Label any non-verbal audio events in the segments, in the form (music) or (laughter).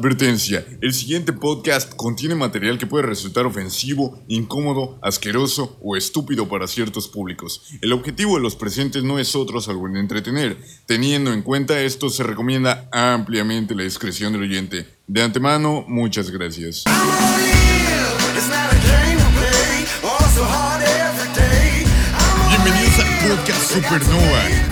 Advertencia. El siguiente podcast contiene material que puede resultar ofensivo, incómodo, asqueroso o estúpido para ciertos públicos. El objetivo de los presentes no es otro salvo el entretener. Teniendo en cuenta esto, se recomienda ampliamente la discreción del oyente. De antemano, muchas gracias. Bienvenidos al podcast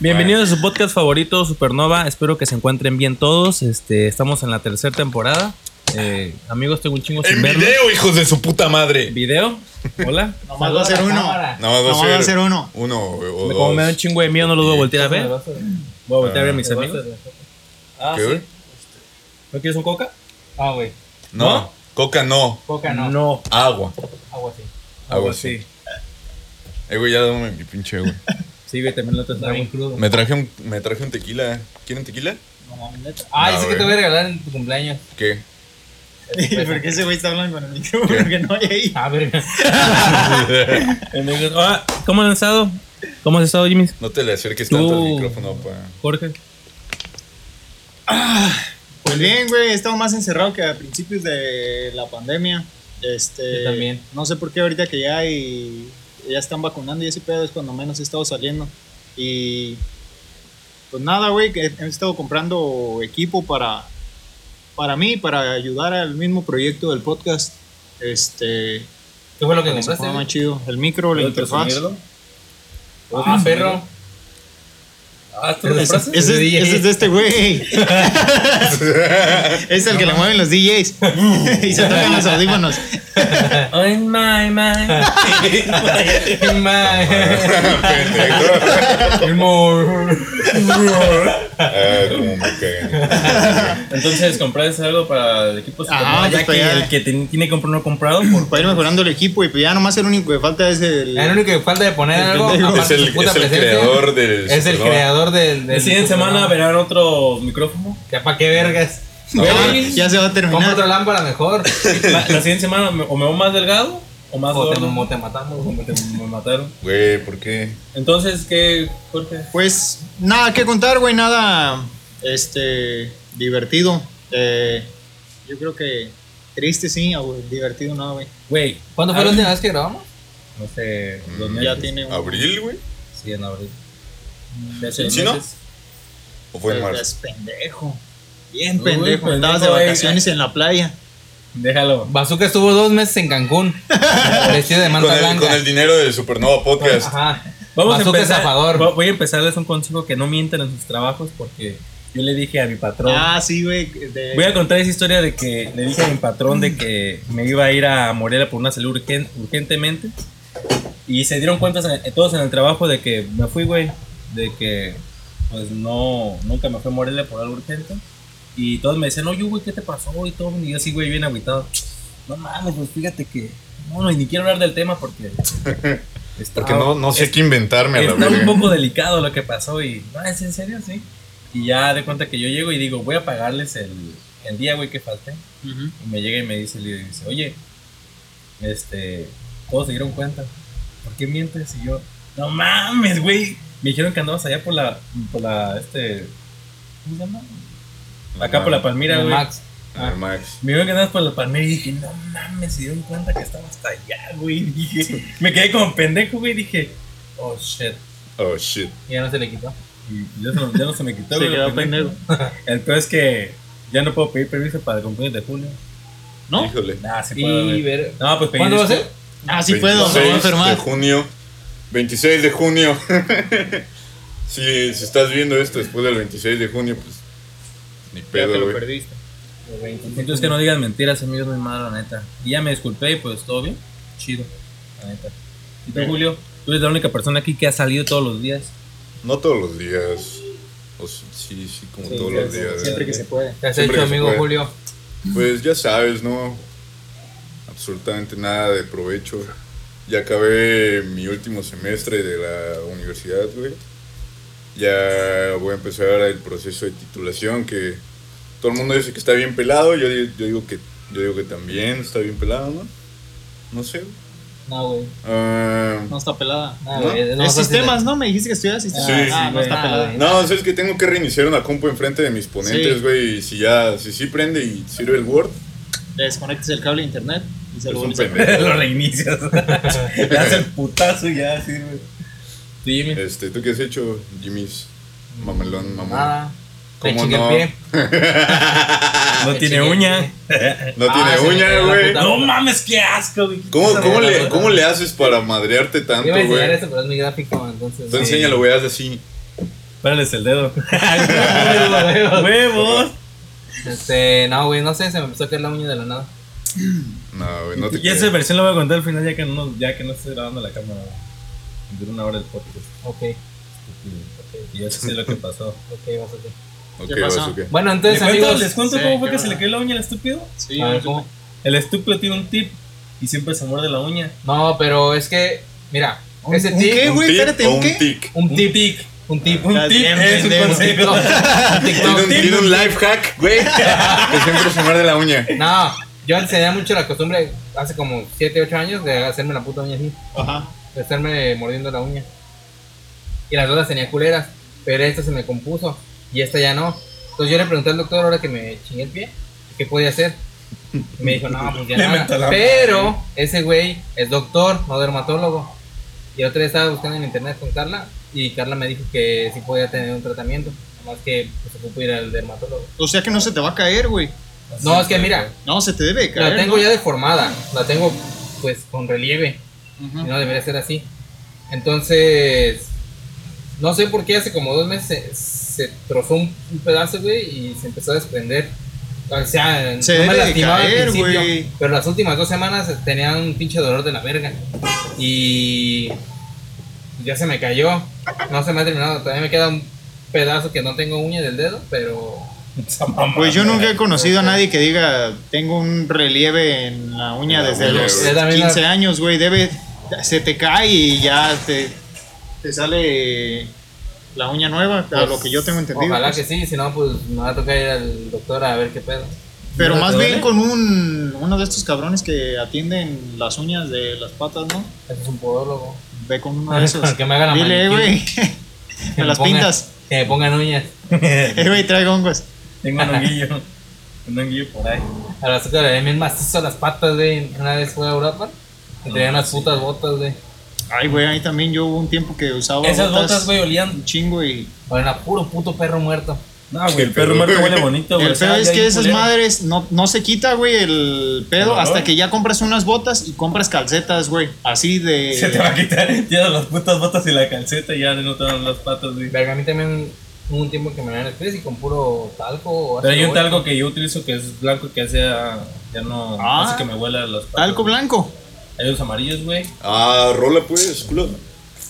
Bienvenidos a su podcast favorito, Supernova. Espero que se encuentren bien todos. Este, estamos en la tercera temporada. Eh, amigos, tengo un chingo sin En verlo. video, hijos de su puta madre. Video. Hola. (laughs) Nomás va a ser uno. No, va Nomás va a ser uno. Uno o Como me da un dos. chingo de miedo, no los voy a voltear a ver. Voy a voltear a ver a mis amigos. Ah, ¿Qué? sí. ¿No quieres un coca? Ah, güey. No, coca no, Coca no. No. agua. Agua sí. Agua Algo así. Eh, güey, ya dame mi pinche, güey. Sí, güey, también lo te Está bien crudo. Me traje un, me traje un tequila. ¿Quieren tequila? No mames, neta. Ah, No, yo sé que güey. te voy a regalar en tu cumpleaños. ¿Qué? ¿Por qué ese güey está hablando con el micrófono que no hay ahí? Pues, Ah, verga. Ah, ¿Cómo han estado? ¿Cómo has estado, Jimmy? No te le acerques tanto al Tú. micrófono, pa. Jorge. Pues bien, güey, he estado más encerrado que a principios de la pandemia. Este, Yo también. No sé por qué ahorita que ya hay, ya están vacunando y ese pedo es cuando menos he estado saliendo. Y pues nada, güey, que he, he estado comprando equipo para, para mí, para ayudar al mismo proyecto del podcast. Este, ¿Qué fue lo que para que se compraste? ponga más güey? chido. El micro, la interfaz. Ah, perro. Ah, ¿tú lo compraste? Ese, es- Sí. ese es de este güey. (laughs) es el que le mueven los DJs. (laughs) y se tocan los audífonos. "Oh, En my mind. In my- Pendejo. in more. Ah, como me cagan. Entonces, ¿compraste algo para el equipo Supernova? Ajá, ya pues, que para allá. el que ten- tiene que comprar no ha comprado por Para ir mejorando el equipo y pues ya nomás el único que falta es el... Ah, El único que falta de poner algo. Es aparte de el, su puta es el presencia, creador del. Es el Supernova. creador del. La del- siguiente semana verán otro micrófono. ¿Qué- ¿Para qué vergas? Ya, Güey, ya se va a Compra otra terminar. lámpara mejor. La, la siguiente semana me- o me veo más delgado o más O te, gordo. o te matamos. o me, te- me mataron. Güey, ¿por qué? Entonces, ¿qué, Jorge? Pues nada que contar, güey, nada este divertido. Eh, yo creo que triste sí, o divertido no, güey. Güey, ¿Cuándo fue la última vez que grabamos? No sé, los Ya meses. tiene un- ¿Abril, güey? Sí, en abril. De seis Mm. ¿Sí, no? meses. ¿O fue en marzo? Es pendejo. Bien Uy, pendejo. Andabas de pendejo, güey. vacaciones en la playa. Déjalo. Bazooka estuvo dos meses en Cancún. vestido de Con manta el, blanca. con el dinero del Supernova Podcast. Ajá. Vamos Bazooka a empezar. estafador. vo- Voy a empezarles un consejo que no mientan en sus trabajos porque yo le dije a mi patrón. Ah, sí, güey. de- Voy a contar esa historia de que le dije a mi patrón de que me iba a ir a Morelia por una salud urgen- urgentemente. Y se dieron cuenta en- todos en el trabajo de que me fui, güey. De que, pues no, nunca me fui a Morelia por algo urgente. Y todos me decían, oye, güey, ¿qué te pasó? Y todo, y yo así, güey, bien aguitado. No mames, pues fíjate que. No, no, y ni quiero hablar del tema (laughs) porque. está- Porque no, no sé Ah, es- qué inventarme a la Está un verga. poco delicado lo que pasó y, no, es en serio, sí. Y ya de cuenta que yo llego y digo, voy a pagarles el, el día, güey, que falté. Ujú. Y me llega y me dice, el líder, dice, oye, este, todos se dieron cuenta. ¿Por qué mientes? Y yo, no mames, güey. Me dijeron que andabas allá por la, por la, este, ¿cómo se llama? Acá por la Palmira, El güey. Max. Ah, Max. Me dijeron que andabas por la Palmira y dije, no mames, se dieron cuenta que estaba hasta allá, güey. (laughs) Dije, me quedé como pendejo, güey. Dije, oh shit. Oh, shit. Y ya no se le quitó. Y ya, se- ya no se me (laughs) quitó. Se güey, lo quedó pendejo. El peor es que ya no puedo pedir permiso para el cumpleaños de julio. ¿No? Híjole. Nah, sí puedo. Y güey. ver. No, pues pedí ¿Cuándo va a disculpas. ser? Ah, sí puedo, me voy a 26 de enfermar. junio. 26 de junio. (laughs) si, si estás viendo esto después del 26 de junio, pues. Ni Ya te pedo, lo güey. perdiste. Entonces que no digan mentiras, amigos, mi madre, la neta. Y ya me disculpé y pues todo bien. Chido, la neta. Y tú, Julio, tú eres la única persona aquí que ha salido todos los (laughs) días. (laughs) No todos los días. O sí, sí, sí, como Sí, todos ya los sé, días. Siempre que se puede. Te has Siempre hecho que se amigo, puede. Julio. Pues ya sabes, ¿no? Absolutamente nada de provecho. Ya acabé mi último semestre de la universidad, güey. Ya voy a empezar el proceso de titulación que todo el mundo dice que está bien pelado. Yo, di- yo digo que yo digo que también está bien pelado, ¿no? No sé. güey. No, güey. Ah, No está pelada. No, ¿No? güey. es lo es más fácil de- sistemas, ¿no? Me dijiste que estudias sistemas. Sí, ah, sí, no güey. está Ah, pelada. güey. no, es que tengo que reiniciar una compu enfrente de mis ponentes, Sí. güey. Y si ya, si sí prende y sirve el Word, Ah. Le desconectas el cable de internet y se es lo un vuelves a- pendejo. lo (laughs) reinicias. Le haces el putazo y ya sirve. Sí, Jimmy. Este, ¿tú qué has hecho, Jimmy's? Mamelón, mamón. Nada. Me ¿Cómo Ah, chingué no? el pie. No Ah, me tiene chingué el uña. Ah, se (laughs) No me tiene cayó la uña, güey. puta. No mames, qué asco, güey. ¿Cómo, cómo, la le, puta. ¿Cómo le haces para madrearte tanto, Iba a enseñar güey? esto, pero es mi gráfico, entonces. Tú enséñalo, güey, haz así. Párales el (laughs) dedo. (laughs) Huevos. ¡Huevos! (laughs) Este, no, güey, no sé, se me empezó a caer la uña de la nada. No, güey, no te Y esa creo. versión la voy a contar al final ya que no, ya que no estoy grabando la cámara. Duró una hora el podcast. Ok, Y yo sé lo que pasó. (laughs) ok, vas a ver. Ok, ¿Qué pasó? vas, ok. Bueno, ¿Les entonces, cuento, amigos. les cuento sí, cómo fue qué que se bueno. le cayó la uña al estúpido? Ah, Sí, A ver, no sé. ¿cómo? El estúpido tiene un tip y siempre se muerde la uña. (laughs) No, pero es que, mira, ¿Un- ese un tip. qué, ¿Un güey? tic Espérate, o ¿un un qué? tic? Un Un tip. tic. Un tip. Un Estás tip bien es un pendejo. (laughs) consejo. Un Tiene TikTok. un, tiene un life hack, (laughs) güey. Que siempre se muerde la uña. No, yo tenía mucho la costumbre hace como 7, 8 años de hacerme la puta uña así, Ajá. de estarme mordiendo la uña. Y las otras tenía culeras, pero esta se me compuso y esta ya no. Entonces yo le pregunté al doctor ahora que me chingué el pie, ¿qué podía hacer? Y me dijo, no, pues (laughs) ya Le mentó la nada. Pero ese güey es doctor, no dermatólogo. Y otra vez estaba buscando en internet con Carla y Carla me dijo que sí podía tener un tratamiento, nada más que pues, ocupo ir al dermatólogo. O sea que no se te va a caer, güey. No, es que mira, No, se te debe de caer. La tengo ¿no? ya deformada, la tengo pues con relieve, Ujú. y no debería ser así. Entonces, no sé por qué hace como dos meses se, se trozó un, un pedazo, güey, y se empezó a desprender. O sea, Se no debe me de lastimaba al caer, principio, güey. pero las últimas dos semanas tenía un pinche dolor de la verga. Y ya se me cayó, no se me ha terminado, todavía me queda un pedazo que no tengo uña del dedo, pero... Esa mamada. Pues Ah, yo nunca he conocido a nadie que diga, tengo un relieve en la uña En la desde uña, los güey. Yo Eh, también la- 15 años, güey. Debe, se te cae y ya te, te sale la uña nueva, a lo que yo tengo entendido. Ojalá pues. que sí, si no, pues me va a tocar ir al doctor a ver qué pedo. Pero ¿No más te bien duele? con un, uno de estos cabrones que atienden las uñas de las patas, ¿no? Ese es un podólogo. Ve con (laughs) uno de esos. Que me haga la Dile, "Eh, güey, (laughs) me las pongan- pintas. Que me pongan uñas. Eh, güey, trae hongos. (laughs) Tengo un honguillo. Un honguillo por ahí. A las otras le ven bien macizo las patas, güey. Una vez fue a Europa. Y Ah, tenía unas putas botas, güey. Ay, güey, ahí también yo hubo un tiempo que usaba Esas botas, güey, Un olían. chingo y... Bueno, a puro puto perro muerto. No, güey, el Sí, perro pero- muerto huele bonito, güey. El o sea, pedo es ya que hay esas culero. madres no, no se quita, güey, el ¿El pedo olor? hasta que ya compras unas botas y compras calcetas, güey. Así de. (laughs) Se te va a quitar. (laughs) Tienes las putas botas y la calceta y ya no te dan las patas, güey. Verga, a mí también hubo un tiempo que me daban el y con puro talco. o Pero hay un ácido talco que yo utilizo que es blanco que hace ah, ya no Ah. hace que me huela las patas. Talco blanco. Hay los amarillos, güey. Ah, rola pues, culo.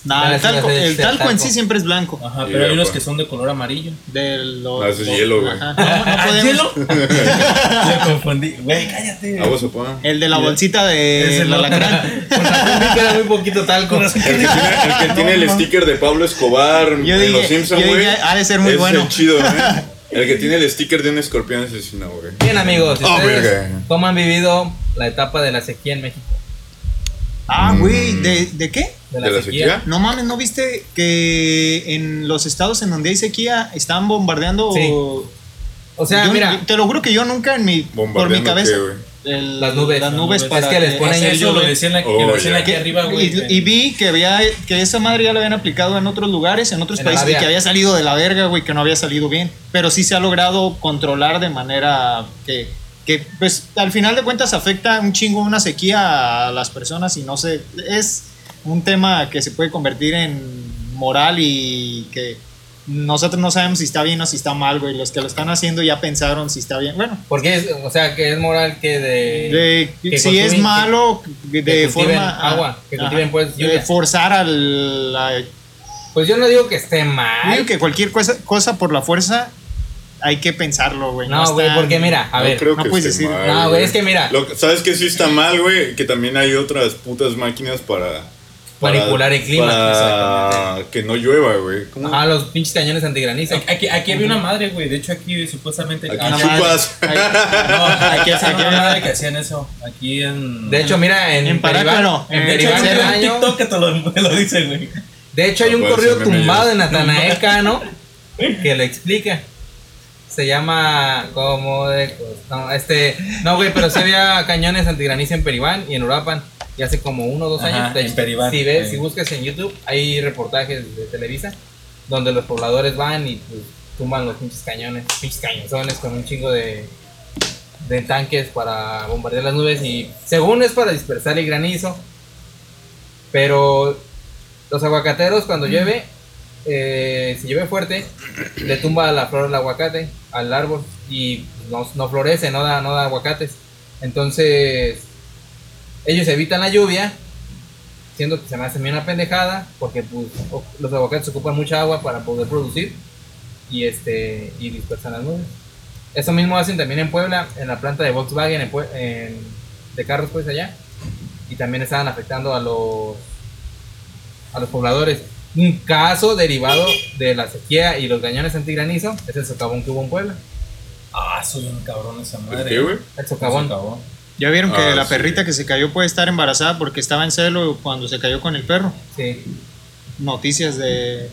Nah, Ah, el sí, talco, ya sé, el este, talco en sí talco. siempre es blanco. Ajá, Sí, pero hay unos pues. güey. que son de color amarillo. (laughs) De los, No, Ah, eso es hielo, güey. Ajá. No, no podemos. ¿Hielo? Me confundí. Güey, cállate. Agua sopa. El de la bolsita Es de el Eh, la otro. (laughs) alacrán. úrico. Era muy poquito talco. El que (laughs) tiene el, que tiene el sticker de Pablo Escobar Yo en dije- Los Simpsons, yo dije, güey. ha de ser muy es bueno. El chido, (laughs) ¿eh? El que tiene el sticker de un escorpión asesino, güey. Bien, amigos. Ah, ¿ustedes verga. ¿Cómo han vivido la etapa de la sequía en México? Ah, güey, ¿de, ¿de qué? ¿De la sequía? No mames, ¿no viste que en los estados en donde hay sequía están bombardeando? Sí. O sea, Yo- mira. Te lo juro que yo nunca en mi. Por mi Bombardeando cabeza. qué, güey. el- Las nubes. Las nubes Es para que les ponen hacer Eso lo llover. decían aquí, Oh, lo decían ya. aquí arriba, güey. Y, y vi que había que esa madre ya la habían aplicado en otros lugares, en otros En países, y Arabia. que había salido de la verga, güey, que no había salido bien. Pero sí se ha logrado controlar de manera que, que, pues, al final de cuentas afecta un chingo una sequía a las personas y no sé, es un tema que se puede convertir en moral y que nosotros no sabemos si está bien o si está mal, güey. Los que lo están haciendo ya pensaron si está bien. Bueno, Porque es, o sea, que es moral que de... de- que si es consumen- malo de que cultiven forma agua, que cultiven, pues, de lluvia. forzar a la Pues yo no digo que esté mal. digo que cualquier cosa, cosa por la fuerza hay que pensarlo güey No, güey, está- (laughs) porque mira, a no ver. creo no que puedes esté decir- mal, No, güey, es que mira. Lo- ¿Sabes qué sí está mal, güey? Que también hay otras putas máquinas para para- Mm. Manipular el clima, Para que no llueva, güey. ¿Cómo? Ah, Ajá, los pinches cañones antigranizo. Aquí, aquí había una madre, güey. De hecho, aquí supuestamente. Aquí Ah, no, chupas. (laughs) no, aquí (laughs) hacían Aquí- una madre que hacían eso. Aquí en. De hecho, mira, en, En Parácuaro, Peribán- en en de hecho, Peribán del hay un año- TikTok que te lo, me lo dice, güey. De hecho, hay (laughs) No un puede corrido ser, meme tumbado yo. de Natanael Cano que lo explica. Se llama como de no, este no güey, pero (laughs) se había cañones antigranizo en Peribán y en Urapan y hace como uno o dos Ajá, años. De en hecho, Peribán, si ves, sí. si buscas en YouTube, hay reportajes de Televisa donde los pobladores van y pues, tumban los pinches cañones, pinches cañonzones con un chingo de de tanques para bombardear las nubes y según es para dispersar el granizo. Pero los aguacateros Mm. cuando llueve, eh, si llueve fuerte, le tumba la flor al aguacate, al árbol y no, no florece, no da, no da aguacates. Entonces, ellos evitan la lluvia, siendo que se me hace a mí una pendejada, porque pues, o- los aguacates ocupan mucha agua para poder producir y, este, y dispersan las nubes. Eso mismo hacen también en Puebla, en la planta de Volkswagen en Pue- en- de carros pues allá. Y también estaban afectando a los a los pobladores. Un caso derivado de la sequía y los cañones antigranizo es el socavón que hubo en Puebla. Ah, soy un cabrón esa madre. ¿El qué, güey? El Un socavón. socavón. Ya vieron que Ah, la sí. perrita que se cayó puede estar embarazada porque estaba en celo cuando se cayó con el perro. Sí. Noticias de.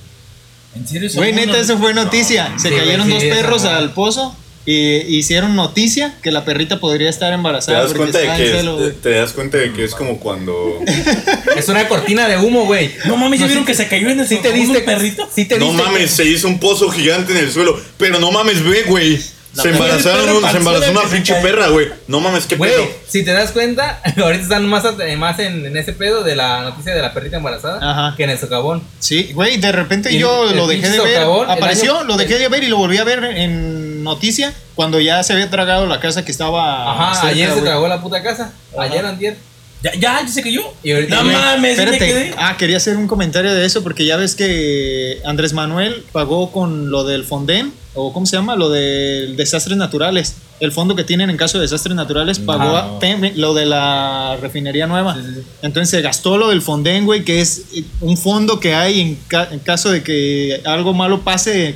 ¿En serio? Güey, Según neta, lo- eso fue noticia. se Sí, cayeron güey, dos sí, esa perros mamá. al pozo y hicieron noticia que la perrita podría estar ¿Te embarazada das, porque cuenta de estaba que en este es, celo, te, güey. te das cuenta de que es como cuando. (laughs) Es una cortina de humo, güey. No mames, ¿ya No, vieron sí que se cayó en el ¿Sí te socavón diste un perrito? ¿Sí te No diste- mames, se hizo un pozo gigante en el suelo. Pero no mames, ve, güey. Se perra- el perro embarazaron, se panzuda embarazó que una se pinche cae. perra, güey. No mames, qué Güey, pedo. si te das cuenta, (laughs) ahorita están más, at- eh, más en, en ese pedo de la noticia de la perrita embarazada Ajá. que en el socavón. Sí, güey, de repente Y yo el lo dejé pinche de ver. socavón, el Apareció, año- lo dejé de ver y lo volví a ver en noticia cuando ya se había tragado la casa que estaba. Ajá, Ah, cerca, ayer se güey. tragó la puta casa. Ayer, antier. ¿Ya, ya, ya se cayó? Y ahorita- no Güey, mames, ¿dónde Espérate. quedé? Ah, quería hacer un comentario de eso porque ya ves que Andrés Manuel pagó con lo del Fonden o cómo se llama, lo de desastres naturales. El fondo que tienen en caso de desastres naturales pagó Ajá. a- tem- eh, lo de la refinería nueva. Sí, sí, sí. Entonces se gastó lo del Fonden, güey, que es eh, un fondo que hay en, ca- en caso de que algo malo pase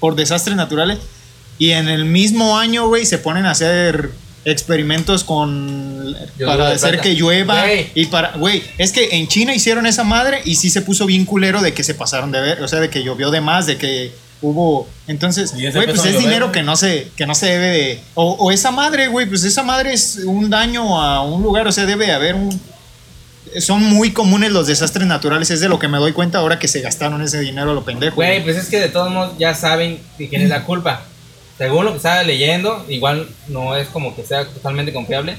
por desastres naturales. Y en el mismo año, güey, se ponen a hacer experimentos con Yo dudo para de hacer plata. que llueva Güey. y para güey, es que en China hicieron esa madre y sí se puso bien culero de que se pasaron de ver, o sea, de que llovió de más, de que hubo entonces, Sí, ya se güey, pues empezó a es llover, dinero güey. que no se que no se debe de o, o esa madre, güey, pues esa madre es un daño a un lugar, o sea, debe de haber un son muy comunes los desastres naturales, es de lo que me doy cuenta ahora que se gastaron ese dinero a lo pendejo. Güey, pues es que de todos modos ya saben de quién es la culpa. Según lo que estaba leyendo, igual no es como que sea totalmente confiable.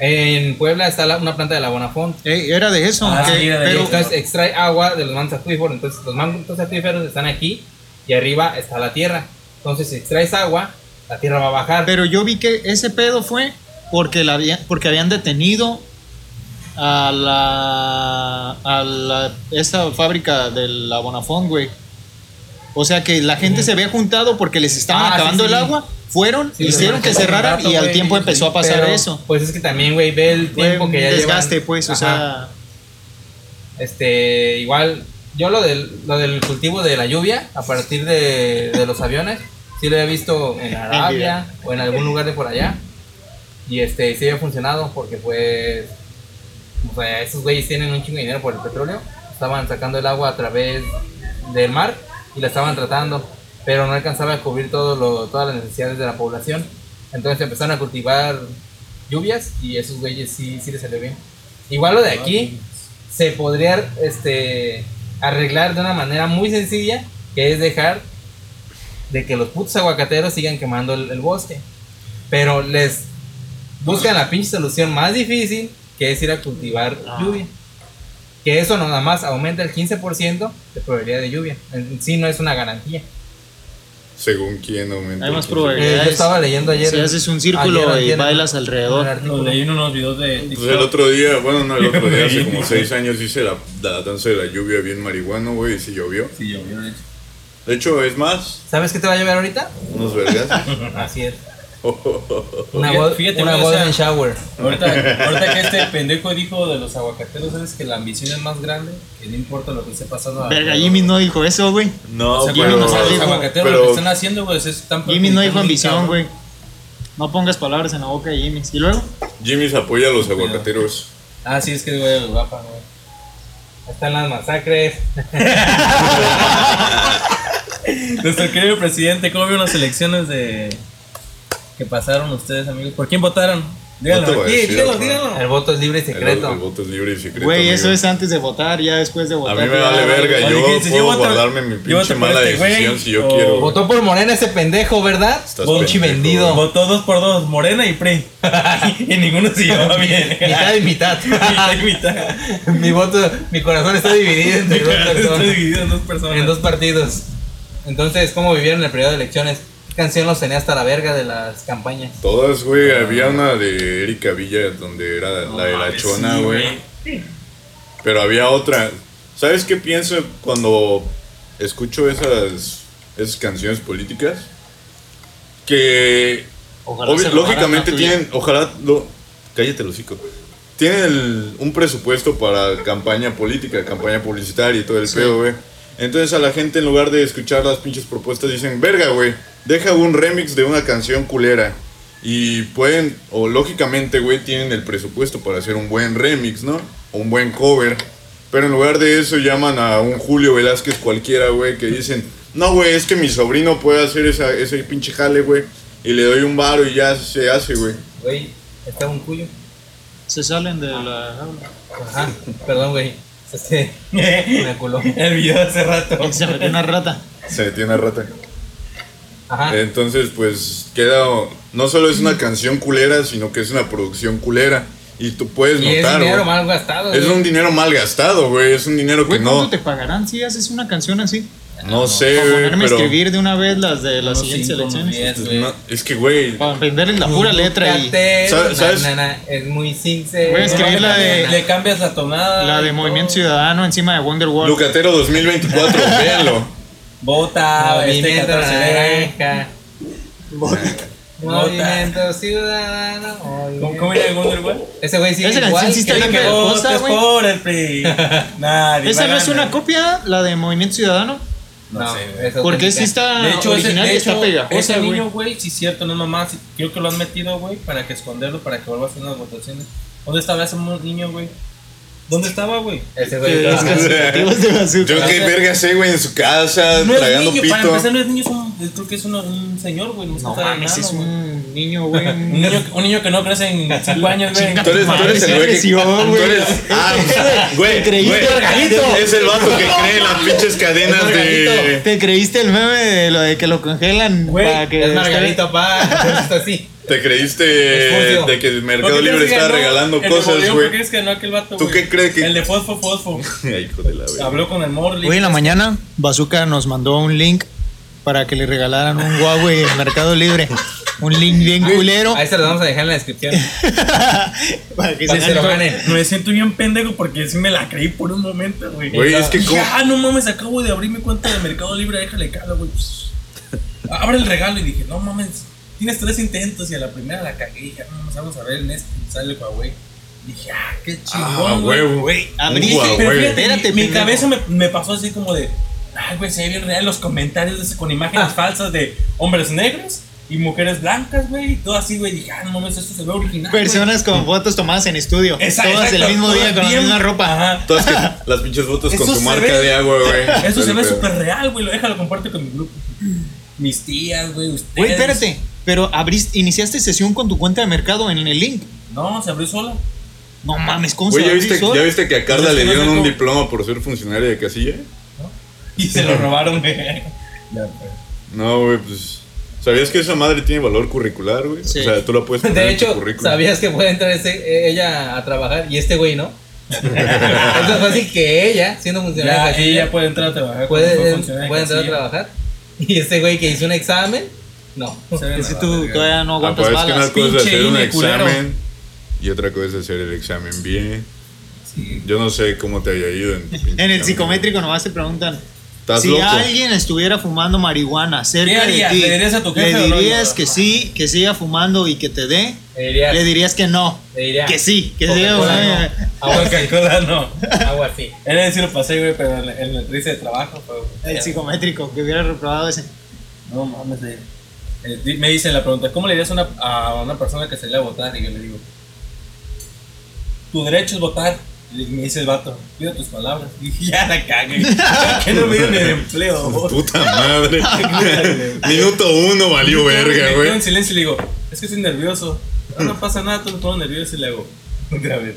En Puebla está la- una planta de la Bonafont. Ey, era de eso, Ah, que- sí, era de eso. pero- Entonces extrae agua de los mantos acuíferos. Entonces los mantos acuíferos están aquí y arriba está la tierra. Entonces si extraes agua, la tierra va a bajar. Pero yo vi que ese pedo fue porque, la había- porque habían detenido a la, a la- esa fábrica de la Bonafont, güey. O sea que la gente se había juntado porque les estaban Ah, sí, acabando sí. el agua, fueron, Sí, hicieron lo que dejaron un cerraran rato, y al güey, tiempo empezó a pasar pero, eso. Pues es que también, güey, ve el Fue tiempo un que ya desgaste, llevan. pues, o Ajá. sea, Este, igual, yo lo del, lo del cultivo de la lluvia a partir de, de los aviones, sí lo he visto en Arabia o en algún lugar de por allá. Y este, sí ha funcionado porque, pues, o sea, esos güeyes tienen un chingo de dinero por el petróleo. Estaban sacando el agua a través del mar y la estaban tratando, pero no alcanzaba a cubrir todo lo- todas las necesidades de la población. Entonces empezaron a cultivar lluvias y esos güeyes sí, sí les salió bien. Igual lo de aquí, se podría este, arreglar de una manera muy sencilla, que es dejar de que los putos aguacateros sigan quemando el, el bosque. Pero les buscan la pinche solución más difícil, que es ir a cultivar Ah. lluvia. Que eso nada más aumenta el 15% de probabilidad de lluvia. En sí no es una garantía. Según quién aumenta. hay más quién- Eh, probabilidades. yo estaba leyendo ayer. si haces un ayer, círculo y ayer, bailas en- en el alrededor. artículo. Ah, Lo leí en unos videos de Pues el TikTok. otro día, bueno, no el otro día, hace como seis años hice la, la danza de la lluvia bien marihuano, güey, y sí llovió. Sí, yo, yo, de hecho. De hecho, es más, ¿Sabes qué te va a llover ahorita? unos vergas. (laughs) Así es. Una Fíjate, voz, fíjate, una güey, o voz sea- en shower. Ahorita, ahorita que este pendejo dijo de los aguacateros, ¿sabes que la ambición es más grande? Que no importa lo que esté pasando. a- Verga, Jimmy no dijo eso, güey. No, O sea, Jimmy pero, no sabe los dijo, aguacateros pero- lo que están haciendo, güey, es están Jimmy no dijo perjudicando ambición, cabrón. güey. No pongas palabras en la boca de Jimmy. ¿Y luego? Jimmy se apoya a los aguacateros. Ah, sí, es que, güey, guapa, güey. Están las masacres. Nuestro querido presidente, ¿cómo vieron las elecciones de que pasaron ustedes, amigos? ¿Por quién votaron? Díganlo, No te voy a aquí, decir, díganlo, ajá. díganlo. El voto es libre y El, secreto. el voto es libre y secreto. Güey, eso amigo. es antes de votar, ya después de A votar. mí me ya vale vale. verga. Oye, Yo ¿qué dices? Yo puedo voto- guardarme mi yo pinche voto por mala este güey, decisión si yo o- quiero. güey. Votó por Morena ese pendejo, ¿verdad? Estás Bonchi pendejo, vendido. Votó dos por dos, Morena y PRI. (laughs) y ninguno se (laughs) llevaba bien. (laughs) Mitad y mitad. (laughs) Mitad y mitad. (laughs) mi voto, mi corazón está (laughs) dividido entre dos Está personas. dividido en dos personas. En dos partidos. Entonces, ¿cómo vivieron el periodo de elecciones? ¿Qué canción los tenía hasta la verga de las campañas? Todas, güey. Había una de Erika Villa donde era No la de la mames, chona, sí, güey. Pero había otra. ¿Sabes qué pienso cuando escucho esas, esas canciones políticas? Que Ojalá obvi- se robaran lógicamente la tuya. tienen, ojalá, lo, cállate el hocico. Tienen el- un presupuesto para campaña política, campaña publicitaria y todo el pedo, güey. Entonces a la gente en lugar de escuchar las pinches propuestas dicen, verga, güey, deja un remix de una canción culera. Y pueden, o lógicamente, güey, tienen el presupuesto para hacer un buen remix, ¿no? O un buen cover. Pero en lugar de eso llaman a un Julio Velázquez cualquiera, güey, que dicen, no, güey, es que mi sobrino puede hacer esa, ese pinche jale, güey. Y le doy un varo y ya se hace, güey. Güey, está un cuyo. Se salen de la jaula. Ajá, perdón, güey. Es que me culó. (laughs) El video de hace rato. Se metió una rata. Se metió una rata. Ajá. Entonces, pues queda. No solo es una canción culera, sino que es una producción culera. Y tú puedes Y es notar. dinero güey. mal gastado. es güey. un dinero mal gastado, güey. Es un dinero que Güey, ¿cuánto no. te pagarán si haces una canción así? No sé, Para güey. ponerme a pero- escribir de una vez las de las Unos siguientes cinco, unos elecciones. diez, Pues, güey. no, es que, güey. Para aprenderles la pura letra y Cate, ¿Sabes- na, sabes? na, na, es muy sincero. Voy a escribir la de- Le cambias la tonada. la de y Movimiento todo. Ciudadano encima de Wonderwall. Lucatero 2024, véanlo. Vota, este Movimiento 14 de- naranja. Movimiento ciudadano. ¿Cómo cómo era el Wonder Woman? Ese güey sí Esa es canción igual. sí está que- bien Que Pero, cosa, votes güey. por el PRI. (laughs) Nadie ¿Esa no es una copia. copia, la de Movimiento Ciudadano? No No, sé, güey. es Porque sí auténtica. está De hecho, ese, Ah, original de y está hecho, pegajosa, ese güey. niño, güey, sí es cierto, no es mamá. sí, Creo que lo han metido, güey, para que esconderlo, para que vuelva a hacer unas votaciones. ¿Dónde estaba ese mo- niño, güey? ¿Dónde estaba, güey? Ese Que güey es trabaja. calificativos de Yo azúcar. qué verga sé, güey, en su casa, No es tragando niño, para pito. empezar, no es niño, es un, es- creo que es uno- un señor, güey. No, está No tan mames, enano, es güey. un niño, güey. Un niño, un niño que no crece en (laughs) 5 años, güey. Tú eres, tú eres el güey que. Sí, agresivo, Tú güey. eres. Ah, güey. creíste güey, organito. Es el vato que cree en las pinches cadenas de. ¿Te creíste el meme de lo de que lo congelan? Güey, para que Es Margarito, (laughs) pa. Está así. Te creíste Es furcio. de que el Mercado Libre está regalando cosas, ¿Por güey. qué es que no aquel vato, ¿Tú güey? qué crees que- El de Fosfo Fosfo. Ay, hijo de la (laughs) verga. Habló con el Morley. Hoy en la mañana, Bazooka nos mandó un link para que le regalaran un Huawei en Mercado Libre. Un link bien culero. Ahí se lo vamos a dejar en la descripción. (laughs) para que Para que se lo ganen. ganen. Me siento bien pendejo porque sí me la creí por un momento, güey. Güey, es que Dije, como- Ah, no mames, acabo de abrir mi cuenta de Mercado Libre, déjale calo, güey. (laughs) Pss. Abre el regalo y dije, no mames, tienes tres intentos y a la primera la cagué. Dije, "Ah, no mames, vamos a ver en este, y sale Huawei. Dije, ah, qué chingón, Ah, güey. huevo. Abriste, Un Pero Huawei. fíjate, Espérate, mi, mi pendejo. cabeza me, me pasó así como de, ay, güey, se ve bien real los comentarios de- con imágenes (laughs) falsas de hombres negros y mujeres blancas, güey, y todo así, güey. Dije, ah, no mames, esto se ve original. güey". Personas con fotos tomadas en estudio. Esa- todas exacto, el mismo día todas con la bien- misma ropa. Ajá. Todas que- las pinches fotos con Eso su se marca ve- de agua, güey. (laughs) Eso se Pero- ve súper real, güey. Lo déjalo, comparte con mi grupo. Mis tías, güey, ustedes. Güey, espérate. Pero abriste, iniciaste sesión con tu cuenta de mercado en el link. No, se abrió sola. No mames, ¿cómo Güey, se va ¿ya a viste, abrir solo? ¿ya viste que a Pues Carla es que le no sé dieron un cómo- diploma por ser funcionaria de casilla? Y se lo robaron, güey. (laughs) Ya, pues. No, güey, pues. ¿Sabías que esa madre tiene valor curricular, güey? Sí. O sea, tú la (laughs) puedes poner De en tu hecho, currículum. sabías que puede entrar ese- eh, ella a trabajar y este güey no. (laughs) Entonces fue así que ella, siendo funcionaria, Ya, de casilla, ella puede entrar a trabajar. puede, como puede funcionaria entrar a de casilla. trabajar. Y este güey que hizo un examen, no. Se ve Que si la tú verga. todavía no Ah, aguantas pues, es que balas. una cosa es pinche hacer un INE, culero. examen y otra cosa es hacer el examen bien. Sí. Yo no sé cómo te haya ido en tu pinche En el examen. psicométrico nomás te preguntan, Estás si loco. alguien estuviera fumando marihuana ¿Qué cerca de harías? ti, ¿Le dirías a tu jefe ¿le o no? dirías que sí, que siga fumando y que te dé? Le diría, ¿Le dirías que no? le diría, Que sí, que siga Coca-Cola, fumando. no, agua así, Coca-Cola no. agua así. Él sí lo pasé, güey, pero en en el dice de trabajo, El pero. psicométrico, que hubiera reprobado ese. No mames, eh. Eh, di- me dicen la pregunta, ¿cómo le dirías a una, a una persona que salió a votar? Y yo le digo, tu derecho es votar. Y me dice el vato, cuida tus palabras. (laughs) Y dije, ya la cagué. ¿Por ¿Qué no me dio ni el empleo? güey?" Puta madre. Minuto uno (laughs) valió verga, me quedo güey. en silencio y le digo, es que estoy nervioso. "Ah, No, no pasa nada, todo todo nervioso y le hago, (laughs) otra vez.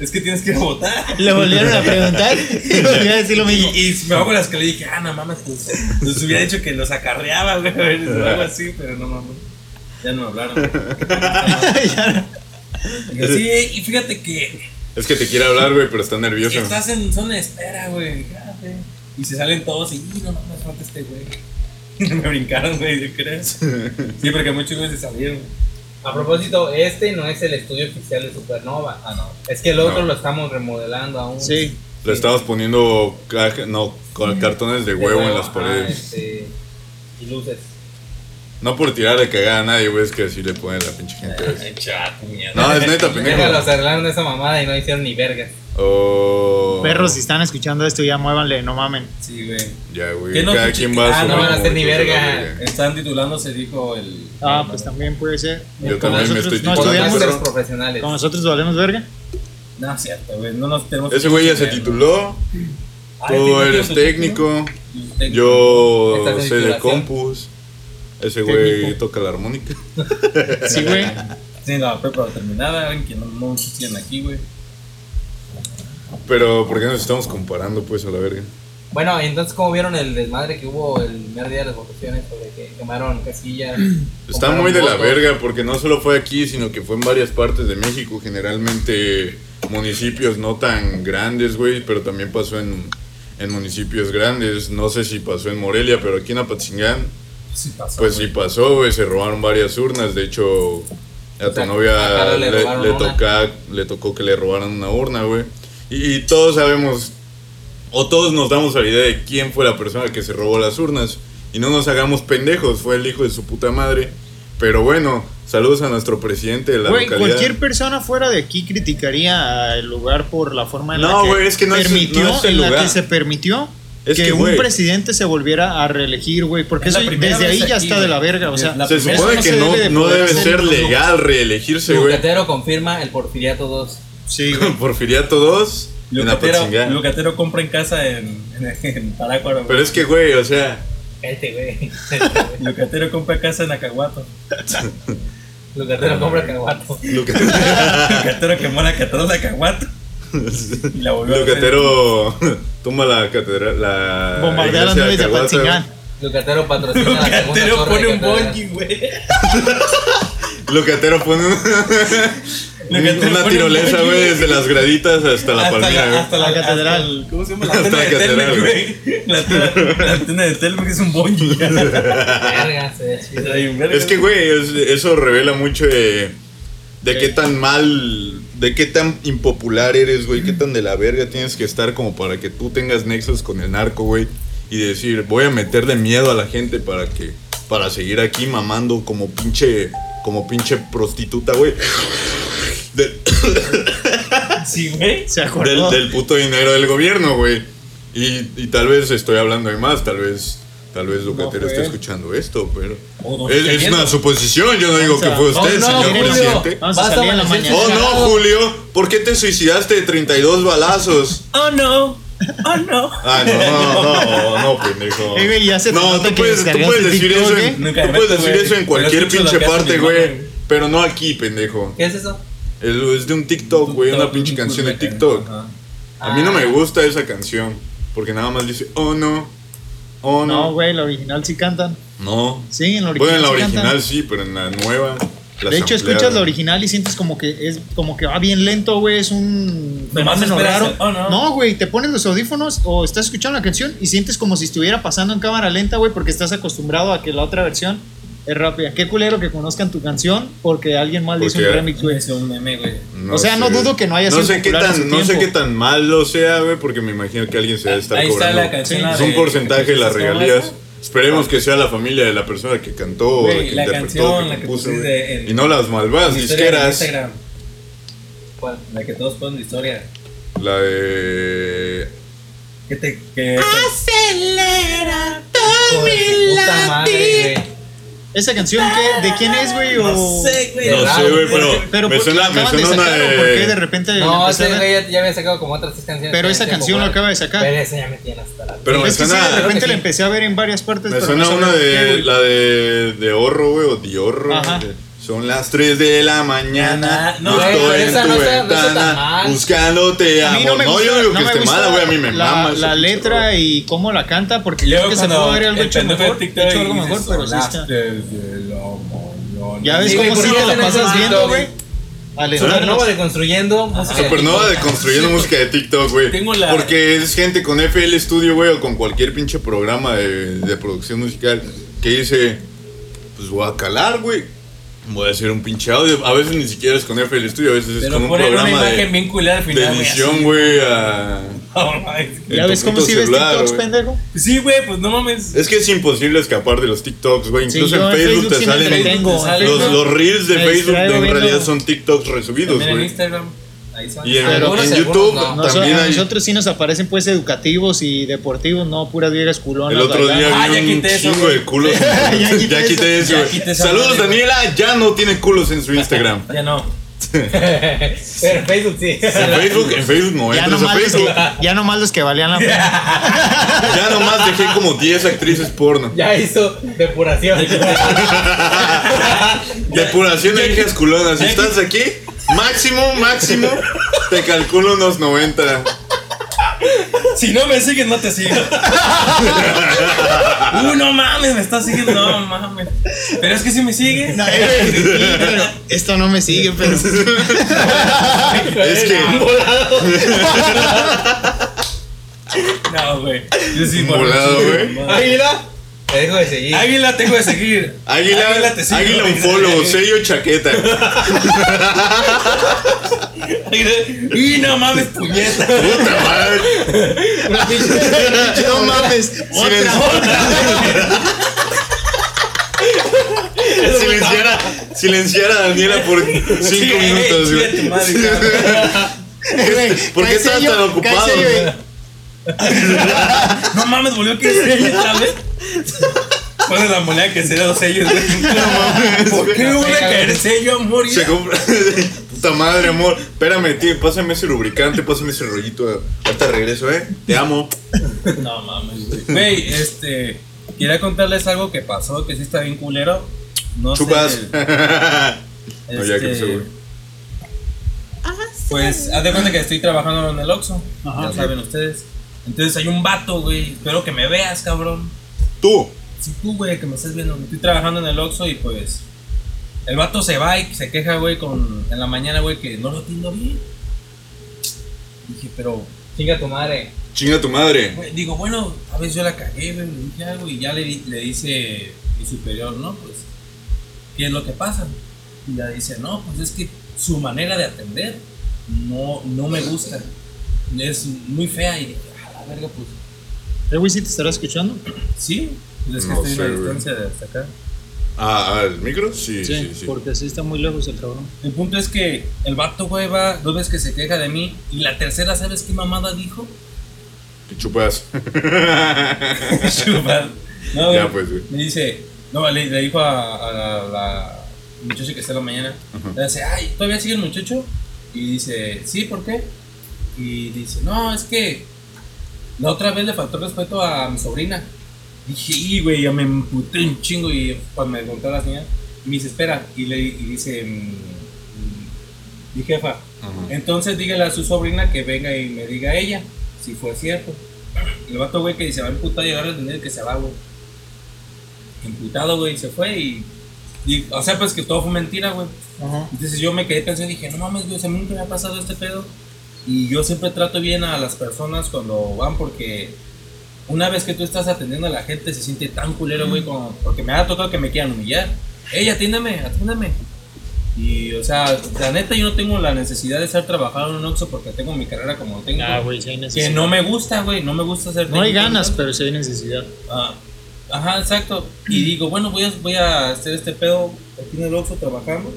Es que tienes que ir a votar. Le (laughs) volvieron a (laughs) preguntar (laughs) y volvió a decir lo mismo. (laughs) Y, y me hago las que le dije, ah, no mames, pues les hubiera dicho que los acarreaba, güey, o algo así, pero no mames. Ya no me (laughs) hablaron. Y yo, sí, y fíjate que Es que te quiere hablar, güey, pero está nervioso. estás en zona de espera, güey. ya, güey. Y se salen todos y, "Y, no mames, falta este güey. (laughs) me brincaron, güey, yo creo. (laughs) Sí, porque muchos güeyes se salieron. A propósito, este no es el estudio oficial de Supernova. Ah, no. Es que el otro No. lo estamos remodelando aún. Sí, Le estabas poniendo caja- no, con cartones de De huevo en las ajá, paredes. este, y luces. No por tirar de cagada a nadie, güey, es que así le ponen la pinche gente. güey. Ay, chato, mierda. (laughs) No, (laughs) es neta, Venga, los pendejo. arreglaron de esa mamada y no hicieron ni vergas. Oh. perros, si están escuchando esto, ya muévanle, no mamen. Sí, güey. Ya, ¿Qué güey. no, Cada pinche- quien va a ah, su no van a ritmo, hacer ni güey, verga. la verga. Están titulándose, dijo el. Ah, pues también puede ser. Yo Como también me nosotros estoy no titulando, estudiamos, Son pero- profesionales. Con nosotros valemos verga. No, es cierto, güey. No nos tenemos. Ese güey ya se que- tituló. Ah, Tú ¿tiene eres tu título? técnico. Técnico. Yo Estás en sé de titulación. compus. Ese güey toca la armónica. Sí, güey. Sí, la prepa terminada, ven que no, no tienen aquí, güey. Pues Pero, ¿por qué nos estamos comparando, pues, a la verga? Bueno, entonces, ¿cómo vieron el desmadre que hubo el primer día de las votaciones? Sobre que quemaron casillas. (clears throat) Está compraron muy de la votos? verga porque no solo fue aquí, sino que fue en varias partes de México, generalmente municipios no tan grandes, güey, pero también pasó en, en municipios grandes. No sé si pasó en Morelia, pero aquí en Apatzingán, Sí pasó. pues güey. sí pasó, güey, se robaron varias urnas. De hecho, a O tu sea, a novia Carlos le, le robaron le una. toca, le tocó que le robaran una urna, güey. Y, y todos sabemos, o todos nos damos la idea de quién fue la persona que se robó las urnas. Y no nos hagamos pendejos, fue el hijo de su puta madre. Pero bueno, saludos a nuestro presidente de la Güey, localidad. cualquier persona fuera de aquí criticaría al lugar por la forma en No, la que güey, es que no es- permitió, no es el en la lugar. que se permitió Es que, que, un güey. presidente se volviera a reelegir, güey, porque Es la eso- primera desde ahí vez ya aquí, está de güey. la verga, o sea, La Se primera- supone eso no se que no, debe de no poder debe hacer, ser no. legal reelegirse, güey. (laughs) Lucatero confirma el Porfiriato 2. sí, güey. Porfiriato 2 en Lucatero, Apatzingán. Lucatero compra en casa en, en, en Parácuaro, güey. Pero es que, güey, o sea, Cállate, güey. (laughs) Lucatero compra casa en Acahuato. Lucatero compra caguato. (laughs) Lucas- Lucatero quemó la catedral de Acahuato. Y la volvió a Lucatero (laughs) toma la catedral. La bombardea las iglesia nubes de Caguata, Apatzingán. Lucatero hacer. patrocina la segunda Lucatero torre pone de un Catedral. bonji, güey. güey. (laughs) Lucatero pone un- Lucatero una pone tirolesa, un güey, bonji, desde las graditas hasta la hasta palmera, güey. hasta La catedral. hasta el- ¿Cómo se (laughs) llama? La Hasta antena la de Telmex, catedral, güey. La antena- La antena de Telmex es un bonji. (laughs) Verga, se ve chido. Es que, güey, es- eso revela mucho de, de qué tan mal, de qué tan impopular eres, güey, qué tan de la verga tienes que estar como para que tú tengas nexos con el narco, güey, y decir, voy a meterle miedo a la gente para que, para seguir aquí mamando como pinche, como pinche prostituta, güey. De- Sí, güey. Se del, acordó. del puto dinero del gobierno, güey. Y, y tal vez estoy hablando de más, tal vez, tal vez Lucatero No fue está él. escuchando esto, pero O don es, es Cayendo. una suposición. Yo no digo que fue usted, no, señor Julio. presidente. Ah, Vamos a salir en la mañana. Oh no, Julio, ¿por qué te suicidaste de 32 balazos? Oh no. Oh no. Ah, no, no, no, (laughs) no, pendejo. Eh, güey, ya se te no, nota tú que puedes, tú descargaste puedes decir TikTok, eso, ¿eh? en, Nunca tú me puedes meto, decir güey. eso en Pero cualquier escucho lo pinche que hace parte, mi güey. mamá. Pero no aquí, pendejo. ¿Qué es eso? El- Es de un TikTok, güey, una pinche canción de TikTok. Ajá. A mí no Ah. me gusta esa canción, porque nada más dice, oh no, oh No, no, güey, la original sí cantan. no. Sí, en la original Bueno, en la sí cantan. original sí, pero en la nueva. las de hecho, escuchas ampliaron. la original y sientes como que es como que va bien lento, güey. Es un Nomás fenómeno esperas raro. el- oh, no. No, güey, te pones los audífonos o estás escuchando la canción y sientes como si estuviera pasando en cámara lenta, güey, porque estás acostumbrado a que la otra versión es rápida. Qué culero que conozcan tu canción porque alguien mal le hizo un Porque- remix, güey. Es un meme, güey. No o sea, no sé. dudo que no haya No sido sé qué popular en su tan, no sé tiempo. qué tan malo sea, güey, porque me imagino que alguien se debe estar Ahí está cobrando. la canción, la es de- un porcentaje de las ¿cómo es? regalías. Esperemos que sea la familia de la persona que cantó, o Güey, la que la interpretó, canción, que la que compuso, pusiste güey. en- y no las malvadas Mi historia en disqueras. Instagram, ¿Cuál? la que todos ponen de historia. La de Que te. Que Ah, Puta madre, güey. ¿Esa canción qué- de quién es, güey? o- no sé, güey. No sé, Raro, güey, pero- pero, Pero me ¿por qué suena, la me acaban de suena una sacar o por qué de de... repente la No, empezaron ese a- güey ya, ya había sacado como otras tres canciones. Pero que esa eran canción la populares. acaba de sacar. Pero esa ya me tiene hasta la. Pero me Es que sí, suena, de repente que la sí. empecé a ver en varias partes. me Pues, pero suena no sabía una por qué, de güey. la de de Horro, güey, o Diorro. Ajá. eh, güey. Son las 3 de la mañana. Ah, No, no, estoy güey, en esa tu no está- no está tan ventana mal. buscándote A mí amor. no No, me gusta, yo digo no que me esté gusta mala, güey, a mí me la, mama. ese La pinche letra rollo. y cómo la canta, porque yo Luego creo que se cuando pudo haber algo el hecho pendejo mejor, de TikTok "Ah, hecho algo dice, mejor, pero sí está. "Solaste del amor". Ya ves Sí, güey, cómo ¿por sí qué te no la hacen eso pasas en viendo, TikTok? güey. Supernova Alentarnos. de construyendo música. de Ah, (laughs) Supernova TikTok. de construyendo música de TikTok, güey. Tengo la- Porque es gente con FL Studio, güey, o con cualquier pinche programa de, de producción musical que dice, pues voy a calar, güey. Voy a hacer un pinche audio. A veces ni siquiera es con FL Studio, a veces es Pero con un ponen una programa imagen de, bien culera al de final. güey, así. Oh, edición, güey. a- (laughs) No, mames. Ya en ves tu cómo puto sí ves celular, TikToks, güey. pendejo. Sí, güey, pues no mames. Es que es imposible escapar de los TikToks, güey. Sí, Incluso yo en Facebook, te sí me salen... entretengo, te en salen Los, Facebook. los reels de Me Facebook distraigo en viendo- realidad son TikToks resubidos, También en Pues, güey. Instagram. Ahí son. Y en, Algunos, en algunos YouTube no. Noso- también a hay... nosotros sí nos aparecen pues educativos y deportivos, no puras viejas culonas. El otro día bailando. Ah, vi ya un quité eso, chingo güey. (laughs) de culos. Ya quité ya quité eso. eso. Ya güey. quité esa madre, Saludos, güey. Daniela. Ya no tiene culos en (laughs) su Instagram. Ya no. (laughs) Pero en Facebook sí. En Facebook, en Facebook no Ya entras a nomás, los que, Facebook. ya nomás los que valían la pena. Ya nomás dejé como 10 actrices porno. Ya hizo (laughs) depuración. Depuración de hijas culonas. Si estás aquí, máximo, máximo, te calculo unos 90. Si no me sigues, no te (laughs) sigo. uh, no mames, me está siguiendo. No mames. Pero es que si me sigue. (laughs) No, eh, sí, pero Esto no me sigue, pero. Es que No, güey. Yo sí, por- Volado, güey. Águila. Te dejo de seguir. Águila, tengo de seguir. Águila, te sigo. Águila un (laughs) follow, sello chaqueta. Águila- Y no mames, puñeta. Puta madre. no mames. Silenciar a, silenciar a Daniela por 5 Sí, eh, minutos, chinga güey. Este, tu madre, cabrón. ¿Por qué estás estás tan ocupado? No mames, volvió que sello otra vez. Pone la moneda que será dos sellos, (laughs) güey. ¿Por qué me voy a caer sello, amor? Se compra. (laughs) Puta madre, amor. Espérame, tío. Pásame ese lubricante, pásame ese rollito. Ahorita regreso, eh. Te amo. No mames, güey. Güey, este. Quería contarles algo que pasó, que sí está bien culero. No Chupas. sé. No, ya este, que seguro. Pues, haz de cuenta que estoy trabajando en el Oxxo. Ajá. ya saben ustedes. Entonces hay un vato, güey. Espero que me veas, cabrón. (laughs) Tú. Si tú, güey, que me estás viendo, güey, estoy trabajando en el Oxxo y pues. El vato se va y se queja, güey, con, en la mañana, güey, que no lo atiendo bien. Dije, pero Chinga tu madre. Chinga tu madre. Güey, Digo, bueno, a veces yo la cagué, güey, le dije algo y ya le, di- le dice mi superior, ¿no? Pues, ¿qué es lo que pasa? Y ya dice, no, pues es que su manera de atender no, no me gusta, es muy fea. Y dije, a la verga, pues, El güey sí te estará escuchando. sí, pues es que No estoy sé, a una güey. distancia de hasta acá. Ah, ah, ¿el micro? Sí, sí, sí. Porque sí está muy lejos el cabrón. El punto es que el vato, güey, va dos veces que se queja de mí y la tercera, ¿sabes qué mamada dijo? Te chupas. (laughs) Chupas. No, güey. Ya, pues, güey. Me dice, no, le, le dijo a, a la, la muchacha que está en la mañana. Le dice, ay, ¿todavía sigue el muchacho? Y dice, sí, ¿por qué? Y dice, no, es que la otra vez le faltó respeto a mi sobrina. Dije, y güey, ya me emputé un chingo. Y cuando me contó la señora, y me dice, espera. Y le y dice, mm, mm, mi jefa, entonces dígale a su sobrina que venga y me diga ella si fue cierto. El vato, güey, que se va emputado y agarra el dinero que se va, güey. Emputado, güey, se fue y, y- O sea, pues que todo fue mentira, güey. Ajá. Entonces yo me quedé pensando y dije, no mames, güey, o sea, a mí nunca me ha pasado este pedo. Y yo siempre trato bien a las personas cuando van porque una vez que tú estás atendiendo a la gente se Mm. siente tan culero, güey, como- porque me ha tocado que me quieran humillar. Ey, atiéndame, atiéndame. Y, o sea, la neta, yo no tengo la necesidad de estar trabajando en un Oxxo porque tengo mi carrera como tengo. Ah, güey, si hay que necesidad. no me gusta, güey, no me gusta ser No hay técnico, ganas, ¿no? pero si hay necesidad. Ah, ajá, exacto. Y digo, bueno, voy a, voy a hacer este pedo aquí en el Oxxo trabajando.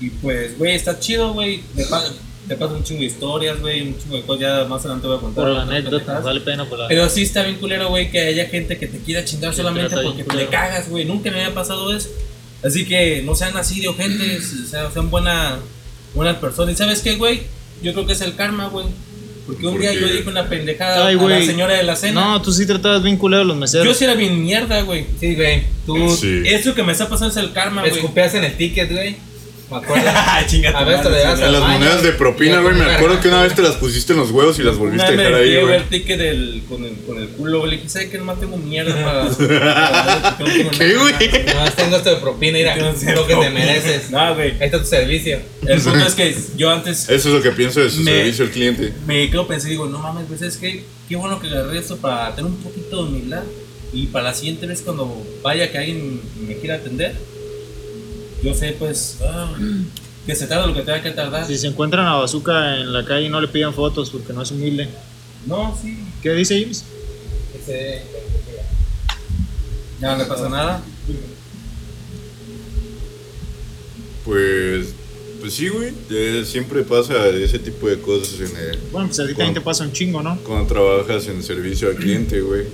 Y pues, güey, está chido, güey. Te, pa- te paso un chingo de historias, güey, un chingo de cosas. Ya más adelante voy a contar. Por la otras anécdota, pendejadas. vale pena por la. Pero sí está bien culero, güey, que haya gente que te quiera chingar Te solamente trata bien porque culero. te cagas, güey. Nunca me había pasado eso. Así que no sean así de ojentes, o sea, sean buena, buenas personas. ¿Y sabes qué, güey? Yo creo que es el karma, güey. Porque un ¿Por día qué? yo dije una pendejada Ay, a la güey. señora de la cena. No, tú sí tratabas bien culero a los meseros. yo sí era bien mierda, güey. Sí, güey. Tú Sí. Eso que me está pasando es el karma, me Ah, güey. (laughs) escupeas en el ticket, güey. Me acuerdo. (laughs) Chinga tu A ver, te madre, le das señora. (laughs) A las Ay, monedas de propina, güey, me verga. acuerdo que una vez te las pusiste en los huevos y las volviste Una a vez me dejar dejé ahí, ver güey. el ticket del, con, el, con el culo, güey. Le dije, ¿sabes que nomás tengo (laughs) mierda para- para... ¿Qué, güey? Nomás tengo esto de propina, mira. Lo que te mereces. No, güey. Ahí está tu servicio. El punto es que yo antes Eso es lo que pienso de su Me- servicio al cliente. me quedo pensando y digo, no mames, pues es que qué bueno que agarré esto para tener un poquito de humildad y para la siguiente vez cuando vaya que alguien me quiera atender, yo sé pues ah, que se tarda lo que tenga que tardar. Si se encuentran a Bazooka en la calle, no le pidan fotos porque no es humilde. No, sí, ¿Qué dice James? Ese- ya no pasa nada. Pues, pues sí, güey. eh, Siempre pasa ese tipo de cosas en el, Bueno, pues a ti también te pasa un chingo, ¿no? cuando trabajas en servicio al cliente, güey.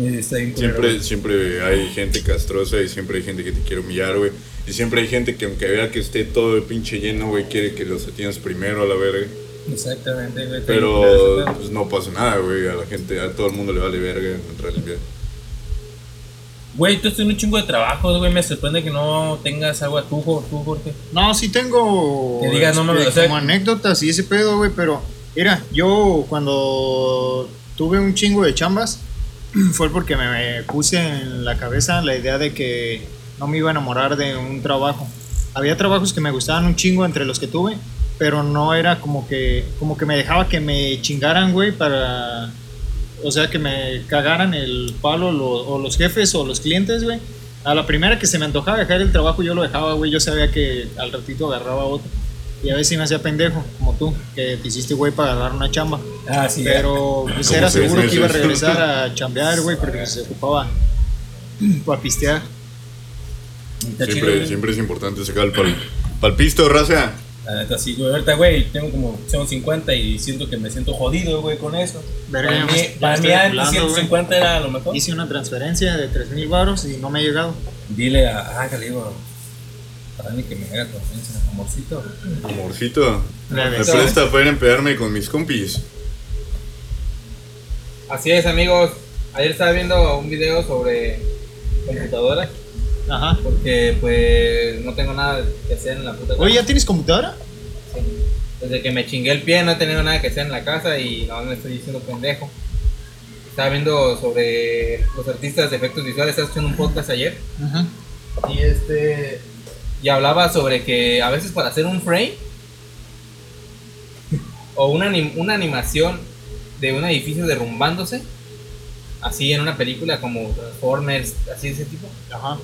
Está bien Siempre, siempre hay gente castrosa y siempre hay gente que te quiere humillar, güey. Y siempre hay gente que aunque vea que esté todo el pinche lleno, güey, quiere que los atiendas primero a la verga. Exactamente, güey. está bien culero Pero ese pedo. pues, no pasa nada, güey. A la gente, a todo el mundo le vale verga en realidad. Güey, tú estoy en un chingo de trabajos, güey. Me sorprende que no tengas algo a tu tú, Jorge. No, sí tengo. Que digas, no mames, este, o sea- Como anécdotas y ese pedo, güey, pero. Mira, yo cuando tuve un chingo de chambas, (clears throat) fue porque me puse en la cabeza la idea de que no me iba a enamorar de un trabajo. Había trabajos que me gustaban un chingo entre los que tuve, pero no era como que, como que me dejaba que me chingaran, güey, para. O sea, que me cagaran el palo lo- o los jefes o los clientes, güey. A la primera que se me antojaba dejar el trabajo, yo lo dejaba, güey. Yo sabía que al ratito agarraba otro. Y a veces me hacía pendejo, como tú, que te hiciste, güey, para agarrar una chamba. Ah, sí, Pero pues Como era seis seguro que iba a meses. regresar (laughs) a chambear, güey, porque se ocupaba Mm. para pistear. Está chido, Siempre, güey. siempre es importante sacar el pal, palpisto, raza. La neta sí, güey. Ahorita, güey, tengo como 150 y siento que me siento jodido, güey, con eso. Verga, para ya mí, me- ya para me mí estoy antes culando, güey. 150 era lo mejor. Hice una transferencia de 3 mil baros y no me ha llegado. Dile a Ángel, digo, para mí que me haga confianza, amorcito. Amorcito, Le me besé. presta para ir a empedarme con mis compis. Así es, amigos. Ayer estaba viendo un video sobre computadoras Ajá. porque pues no tengo nada que hacer en la puta casa. Oye, ¿ya tienes computadora? Sí. Desde que me chingué el pie no he tenido nada que hacer en la casa y no me estoy diciendo pendejo. Estaba viendo sobre los artistas de efectos visuales, estaba haciendo un podcast ayer Ajá. y este y hablaba sobre que a veces para hacer un frame o una, anim- una animación de un edificio derrumbándose así en una película como Transformers así de ese tipo Ajá.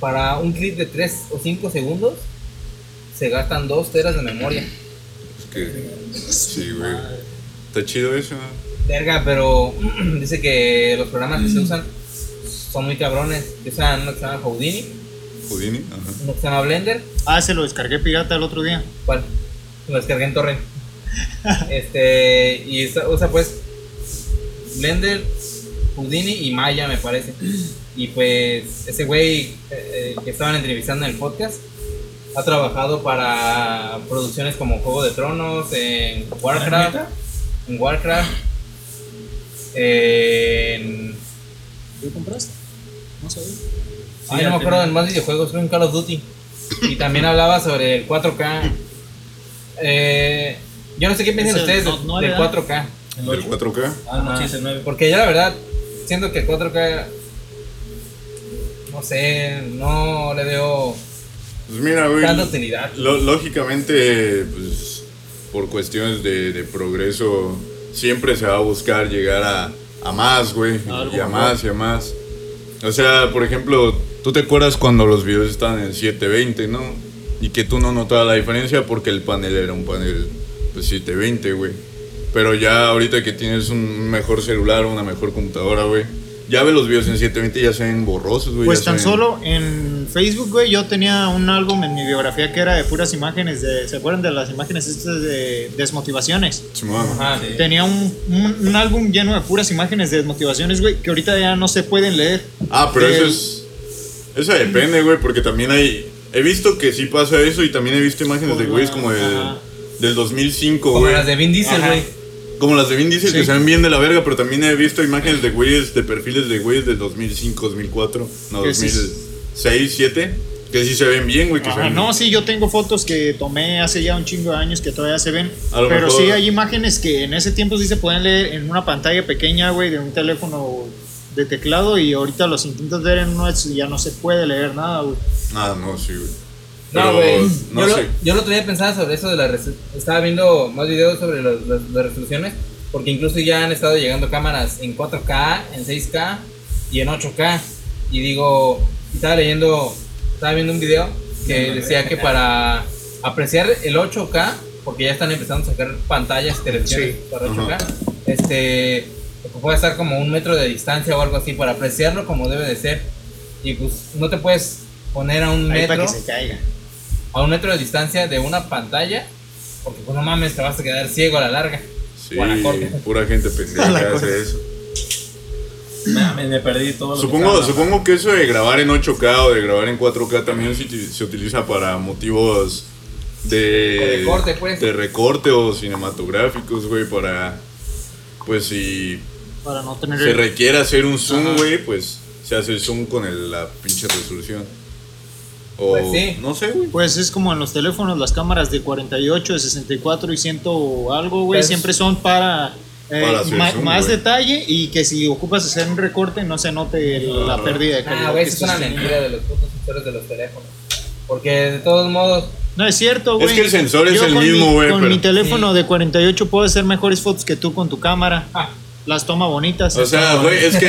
para un clip de 3 o 5 segundos se gastan 2 teras de memoria Es que, sí, güey. Está chido eso. verga pero (clears throat) dice que los programas que se usan son muy cabrones que usan uno que se llama Houdini Houdini. Ajá. uno que se llama Blender Ah, se lo descargué pirata el otro día. ¿Cuál? Lo descargué en torrent. este, y esa- usa pues Blender, Houdini y Maya, me parece. Y pues ese güey eh, eh, que estaban entrevistando en el podcast ha trabajado para producciones como Juego de Tronos, en Warcraft, ¿Neta? en Warcraft, en. ¿Tú compraste? No sabía. ay, no Ah, me acuerdo en más videojuegos, fue en Call of Duty. Y también hablaba sobre el 4K. Eh, yo no sé qué Es piensan el ustedes Note del- 9, del ¿eh? 4K. ¿El Del 8? 4K. Ah, no, sí, es el 9. Porque yo la verdad siento que el 4K, no sé, no le veo Pues mira, güey. tanta utilidad. Lo- lógicamente, pues, por cuestiones de, de progreso, siempre se va a buscar llegar a, a más, güey. Algo Y a mejor. más, y a más. O sea, por ejemplo, tú te acuerdas cuando los videos estaban en 720, ¿no? y que tú no notabas la diferencia porque el panel era un panel pues 720, güey. Pero ya ahorita que tienes un mejor celular, una mejor computadora, güey, ya ves los videos en 720 y ya se ven borrosos, güey. Pues ya tan se ven- solo en Facebook, güey, yo tenía un álbum en mi biografía que era de puras imágenes de, ¿se acuerdan de las imágenes estas de desmotivaciones? Simón. Ajá, Ah, sí. Tenía un, un- un álbum lleno de puras imágenes de desmotivaciones, güey, que ahorita ya no se pueden leer. Ah, pero eso Eh, es. Eso depende, güey, porque también hay. He visto que sí pasa eso y también he visto imágenes de güeyes como del, Ajá. del 2005, Como güey. las de Vin Diesel, Ajá. güey. Como las de Vin Diesel que Sí. se ven bien de la verga, pero también he visto imágenes de güeyes, de perfiles de güeyes del 2005, 2004, no, Que sí. 2006, 2007, que sí se ven bien, güey, que se Ajá, ven. no, sí, yo tengo fotos que tomé hace ya un chingo de años que todavía se ven. A lo Pero mejor- sí hay imágenes que en ese tiempo sí se pueden leer en una pantalla pequeña, güey, de un teléfono de teclado y ahorita los intentas ver en uno de esos y ya no se puede leer nada, güey. Ah, no, sí, güey. No, Pero, güey. No yo, lo, sé. yo el otro día pensaba sobre eso de la res- Estaba viendo más videos sobre los- los- las resoluciones. Porque incluso ya han estado llegando cámaras en 4K, en 6K y en 8K. Y digo, estaba leyendo, estaba viendo un video que decía que para apreciar el 8K, porque ya están empezando a sacar pantallas, televisiones Sí. para 8K, este, puede estar como un metro de distancia o algo así para apreciarlo como debe de ser. Y pues no te puedes poner a un Ahí para metro que se caiga. a un metro de distancia de una pantalla, porque pues no mames, te vas a quedar ciego a la larga. Sí, O a la corte. pura gente (laughs) pendeja A la que hace corte. eso. Me, me perdí todo. lo que Supongo, estaba- supongo que eso de grabar en 8K o de grabar en 4K también se, uti- se utiliza para motivos de, O de corte, pues. de recorte o cinematográficos, güey, para, pues si Para no tener se requiere hacer un zoom, Ajá. güey, pues se hace el zoom con el- la pinche resolución. O, Pues sí. no sé, güey. Pues es como en los teléfonos, las cámaras de 48, de 64 y 100 o algo, güey, Pues- siempre son para, eh, Para hacer ma- zoom, más güey. detalle y que si ocupas hacer un recorte no se note el- la pérdida de calidad. Ah, güey, que eso es una estás teniendo. mentira de los putos sensores de los teléfonos. Porque de todos modos, No es cierto, Es güey. que el sensor es Yo el con mi- mismo, güey, Con pero- mi teléfono de 48 puedo hacer mejores fotos que tú con tu cámara. ah, Las toma bonitas. O sea, güey, es que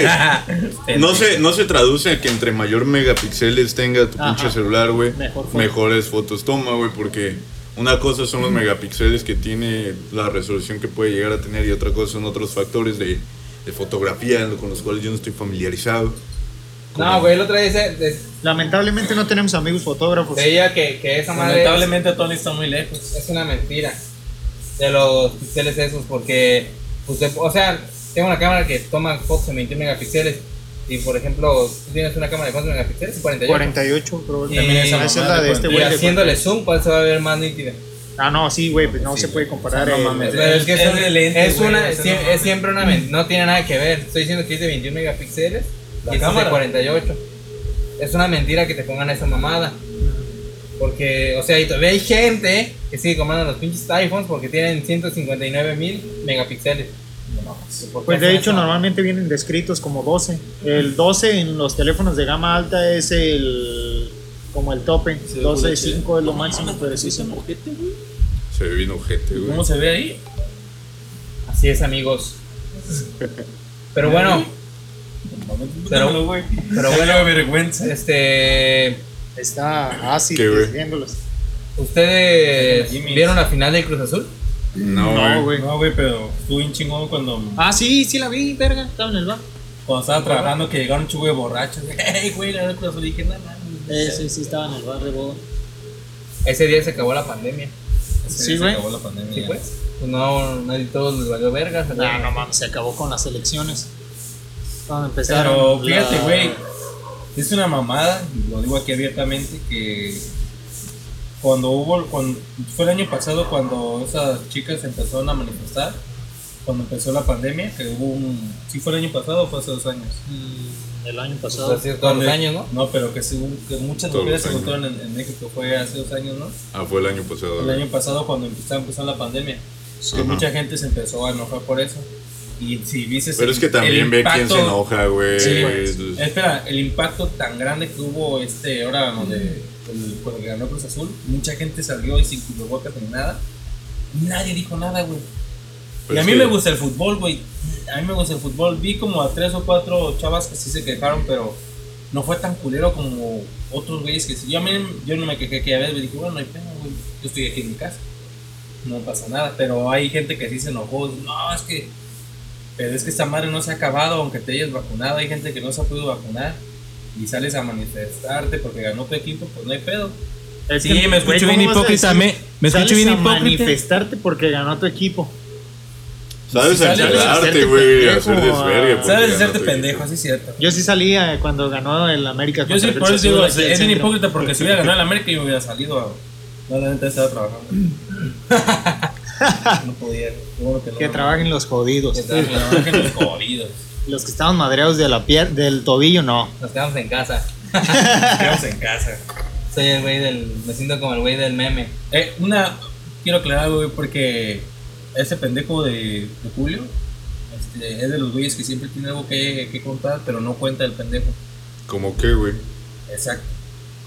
Pendejo. no se, no se traduce a que entre mayor megapíxeles tenga tu Ajá. pinche celular, güey, Mejor foto. mejores fotos toma, güey, porque una cosa son los megapíxeles que tiene la resolución que puede llegar a tener y otra cosa son otros factores de, de fotografía con los cuales yo no estoy familiarizado. no, güey, el otro día dice- de- Lamentablemente no tenemos amigos fotógrafos. veía que, que esa madre es, Lamentablemente Tony está muy lejos. es una mentira de los píxeles esos, porque, pues, de- o sea, tengo una cámara que toma fotos en 21 megapíxeles. Y por ejemplo, tú tienes una cámara de cuántos megapíxeles? 48. 48, probablemente. Y- Esa es la de este Y güey. de haciéndole zoom, ¿cuál se va a ver más nítida? Ah, no, sí, güey, pues no se puede comparar. O sea, no el- mames. Pero es que es, Es un- de lente, es güey, una, o sea, siem- no es mames. siempre una men- no tiene nada que ver. Estoy diciendo que es de 21 megapíxeles La y esta es de cámara. 48. Es una mentira que te pongan esa mamada. Porque, o sea, y todavía hay gente que sigue comprando los pinches iPhones porque tienen 159 mil megapíxeles. ¿Por qué Pues de hacen hecho eso? normalmente vienen descritos como 12. El 12 en los teléfonos de gama alta es el como el tope. 12, 5 es lo máximo, pero sí se Se ve bien ojete, güey. ¿Cómo se ve ahí? Así es, amigos. Pero bueno, Pero- güey. pero Qué bueno, vergüenza. este. Está ácido ¿Qué, güey? viéndolos. ¿Ustedes Jimmy's. vieron la final del Cruz Azul? No, güey. No, güey, pero estuve bien chingón cuando, Ah, sí, sí la vi, verga. Estaba en el bar. cuando estaba trabajando que llegaron chugos de borrachos. (laughs) Ey, güey, la verdad que dije, no, no. Eh, sí, sí, estaba en el bar de boda. Ese día se acabó la pandemia. Sí, güey. Se acabó la pandemia. Sí, pues. Pues no, nadie todos les valió verga. se No, la- no mames, se acabó con las elecciones. Cuando empezaron. Pero la- fíjate, güey, es una mamada, y lo digo aquí abiertamente, que cuando hubo, cuando, fue el año pasado cuando esas chicas empezaron a manifestar, cuando empezó la pandemia, que hubo un, si fue el año pasado o fue hace dos años. Mm, El año Pues pasado. así todos los Donde- años, ¿no? No, pero que, sí hubo- que muchas Todos mujeres se los años. juntaron en, en México, fue hace dos años, ¿no? Ah, fue el año pasado. El güey. año pasado cuando empezó, empezó la pandemia, que Ajá. mucha gente se empezó a enojar por eso. Y si viste Pero es que también ve quién se enoja, güey. Sí, güey. Entonces, Espera, el impacto tan grande que hubo este ahora donde el, cuando ganó Cruz Azul, mucha gente salió y sin cubrebocas ni nada. Nadie dijo nada, güey. pues y a es mí que- me gusta el fútbol, güey. A mí me gusta el fútbol. Vi como a tres o cuatro chavas que sí se quejaron, pero no fue tan culero como otros güeyes que sí. Yo, a mí, yo no me quejé que a veces me dije, bueno, no hay pena, güey, yo estoy aquí en mi casa, no pasa nada, pero hay gente que sí se enojó, no, es que, pero es que esta madre no se ha acabado aunque te hayas vacunado, hay gente que no se ha podido vacunar y sales a manifestarte porque ganó tu equipo, pues no hay pedo. Es Sí, que, me escucho güey, bien ¿cómo vas a hipócrita, decir? me, me escucho Sales bien a hipócrita. manifestarte porque ganó tu equipo. Sabes Sí, a sale a enchilarte, hacerte güey, a pendejo, hacer desvergue. a- porque Sabes ya hacerte no te- pendejo, así es cierto. Yo sí salía eh, cuando ganó el América Yo sí, el por Cruz eso digo, Azul aquí del es bien centro. hipócrita porque si hubiera ganado el América yo hubiera salido a... No, la neta estaba (laughs) trabajando. no podía. qué bueno que no. Que trabajen los jodidos. Que Que trabajen los jodidos. Los que estaban madreados de la pier del tobillo, no. Nos quedamos en casa. Quedamos en casa. Soy el güey del. Me siento como el güey del meme. Eh, una, quiero aclarar algo, güey, porque ese pendejo de, de Julio este, es de los güeyes que siempre tiene algo que, que contar, pero no cuenta el pendejo. ¿Cómo qué, güey? Exacto.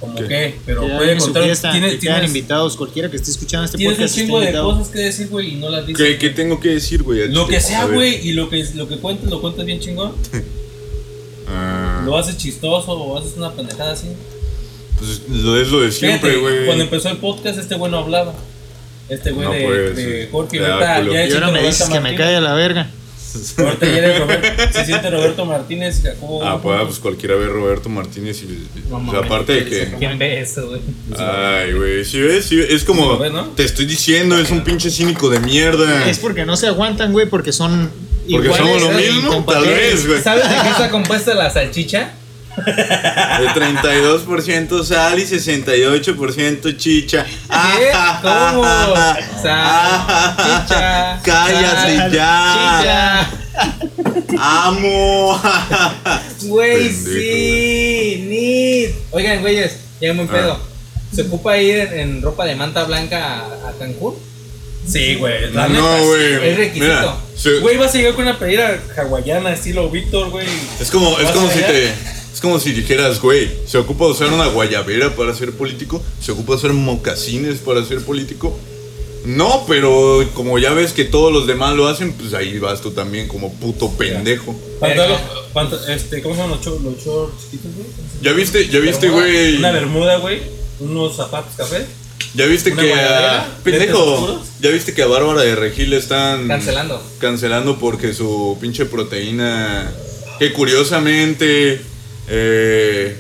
Como ¿Qué? que, pero Que puede hagan su contar. fiesta, Tienes, que quedan tienes, invitados, cualquiera que esté escuchando este tienes un podcast. está chingo de invitado. cosas que decir, güey, y no las dices. ¿Qué, qué tengo que decir, güey? Lo que sea, A ver. güey, y lo que, lo que cuentes, lo cuentas bien chingón. Ah, Lo haces chistoso o haces una pendejada así. pues lo es lo de siempre, Fíjate, güey. Cuando empezó el podcast, este güey no hablaba. Este güey No, de, pues, de sí. Jorge, Le da ahorita culo. ya Y es ahora me Roberto dices que me Martínez. cae a la verga. Ahorita ya eres Roberto- se siente Roberto Martínez. Jacobo. Ah, pues, ah, pues cualquiera ve Roberto Martínez y. No o sea, mames, aparte de ese que. ¿Quién ve eso, güey? Ay, güey, sí ves, sí ves, es como, Sí, güey, ¿no? te estoy diciendo, es un pinche cínico de mierda. Es porque no se aguantan, güey, porque son Porque iguales. somos lo e mismo, tal incompatibles. vez, güey. ¿Sabes de qué está compuesta la salchicha? De 32% sal y 68% chicha. ¿Qué? ¿Cómo? Ah, (laughs) Salchicha. cállate ya. Salchicha. Amo. Güey, Pendejo, sí, nit. Oigan, güeyes, ya muy pedo. Ah. ¿Se ocupa ir en, en ropa de manta blanca a, a Cancún? Sí, güey. la neta, sí. No, güey. Es requisito. Mira, se- Güey, vas a llegar con una playera hawaiana estilo Víctor, güey. es como, es ¿Vas como a si allá? te. Es como si dijeras, güey, se ocupa usar una guayabera para ser político, se ocupa usar mocasines para ser político. No, pero como ya ves que todos los demás lo hacen, pues ahí vas tú también como puto pendejo. Pantalón, pant- este, ¿Cómo se llaman los shorts, los shorts chiquitos, güey? ¿Ya viste, ya viste, Bermuda, güey? Una bermuda, güey. Unos zapatos café. ¿Ya viste ¿Una que guayabera? a... ¿Lentes Pendejo, oscuros? ¿ya viste que a Bárbara de Regil le están Cancelando. cancelando porque su pinche proteína que curiosamente eh,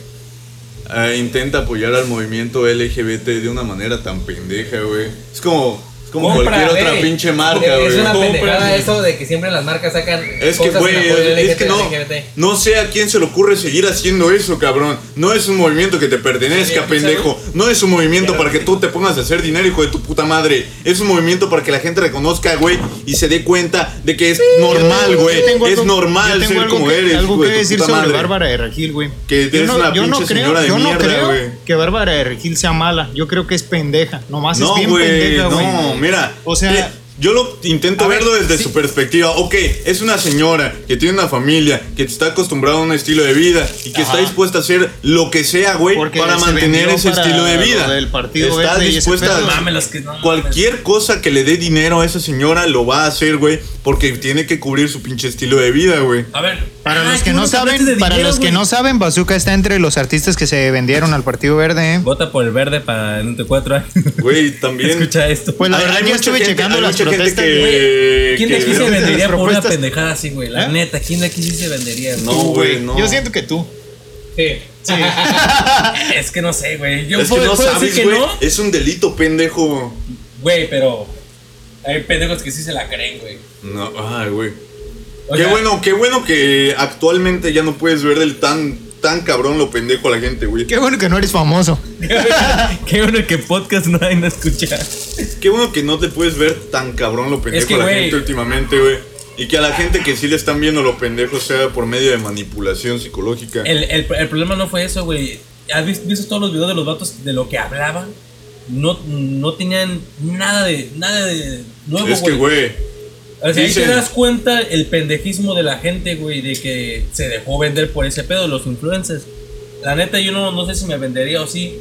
eh, intenta apoyar al movimiento LGBT de una manera tan pendeja, güey? Es como es como Compra, cualquier otra güey. pinche marca, Es güey. una Compra, pendejada güey. eso de que siempre las marcas sacan. Es que, cosas en güey, apoyo es LGBT, que no, LGBT. no sé a quién se le ocurre seguir haciendo eso, cabrón. No es un movimiento que te pertenezca, pendejo. No es un movimiento para que tú te pongas a hacer dinero, hijo de tu puta madre. Es un movimiento para que la gente reconozca, güey, y se dé cuenta de que es normal, Yo güey. tengo Es algo- normal yo ser tengo algo como que- eres, Algo hijo que de tu decir puta sobre madre. Bárbara de Regil, güey. Que Yo eres una yo pinche señora de yo no mierda, creo güey. que Bárbara de Regil sea mala. Yo creo que es pendeja. Nomás No, es bien güey, pendeja, güey. no, mira. O sea, eh, yo lo intento a ver, verlo desde sí. su perspectiva. Ok, es una señora que tiene una familia, que está acostumbrada a un estilo de vida y que está Ajá. dispuesta a hacer lo que sea, güey, Porque para se mantener vendió ese para estilo de lo vida. del partido está verde y ese dispuesta pedo. a Mames, Ah, las que no. mames. Cualquier cosa que le dé dinero a esa señora lo va a hacer, güey, porque tiene que cubrir su pinche estilo de vida, güey. A ver. para Ay, los qué que no bueno hablaste saben, de para dinero, los que güey. no saben, Bazooka está entre los artistas que se vendieron al Partido Verde. ¿eh? Vota por el verde para dentro de cuatro años. (laughs) Güey, también. Escucha esto. Pues la Hay- verdad hay yo mucha estuve gente- checando hay las mucha gente protestas, que- ¿Quién de que- (laughs) aquí se Creo que vendería las por una propuestas- pendejada así, güey? La ¿Eh? neta, ¿quién de aquí sí se vendería? güey? No, güey, no. Yo siento que tú. Sí. Sí. (laughs) Es que no sé, güey. Yo Es que puedo, no puedo sabes, decir que güey. no. Es un delito, pendejo. Güey, pero hay pendejos que sí se la creen, güey. No, ay, güey. O Qué sea, bueno, qué bueno que actualmente ya no puedes ver del tan, tan cabrón lo pendejo a la gente, güey. Qué bueno que no eres famoso. (laughs) Qué bueno que podcast no hay no escuchar. Qué bueno que no te puedes ver tan cabrón lo pendejo Es que, a la güey. gente últimamente, güey. Y que a la gente que sí le están viendo lo pendejo sea por medio de manipulación psicológica. El, el, el problema no fue eso, güey. ¿Has vis- visto, todos los videos de los vatos de lo que hablaban? No, no tenían nada de, nada de nuevo, es que, güey, O sea, ahí te Dicen- das cuenta el pendejismo de la gente, güey, de que se dejó vender por ese pedo, los influencers. La neta, yo no, no sé si me vendería o sí.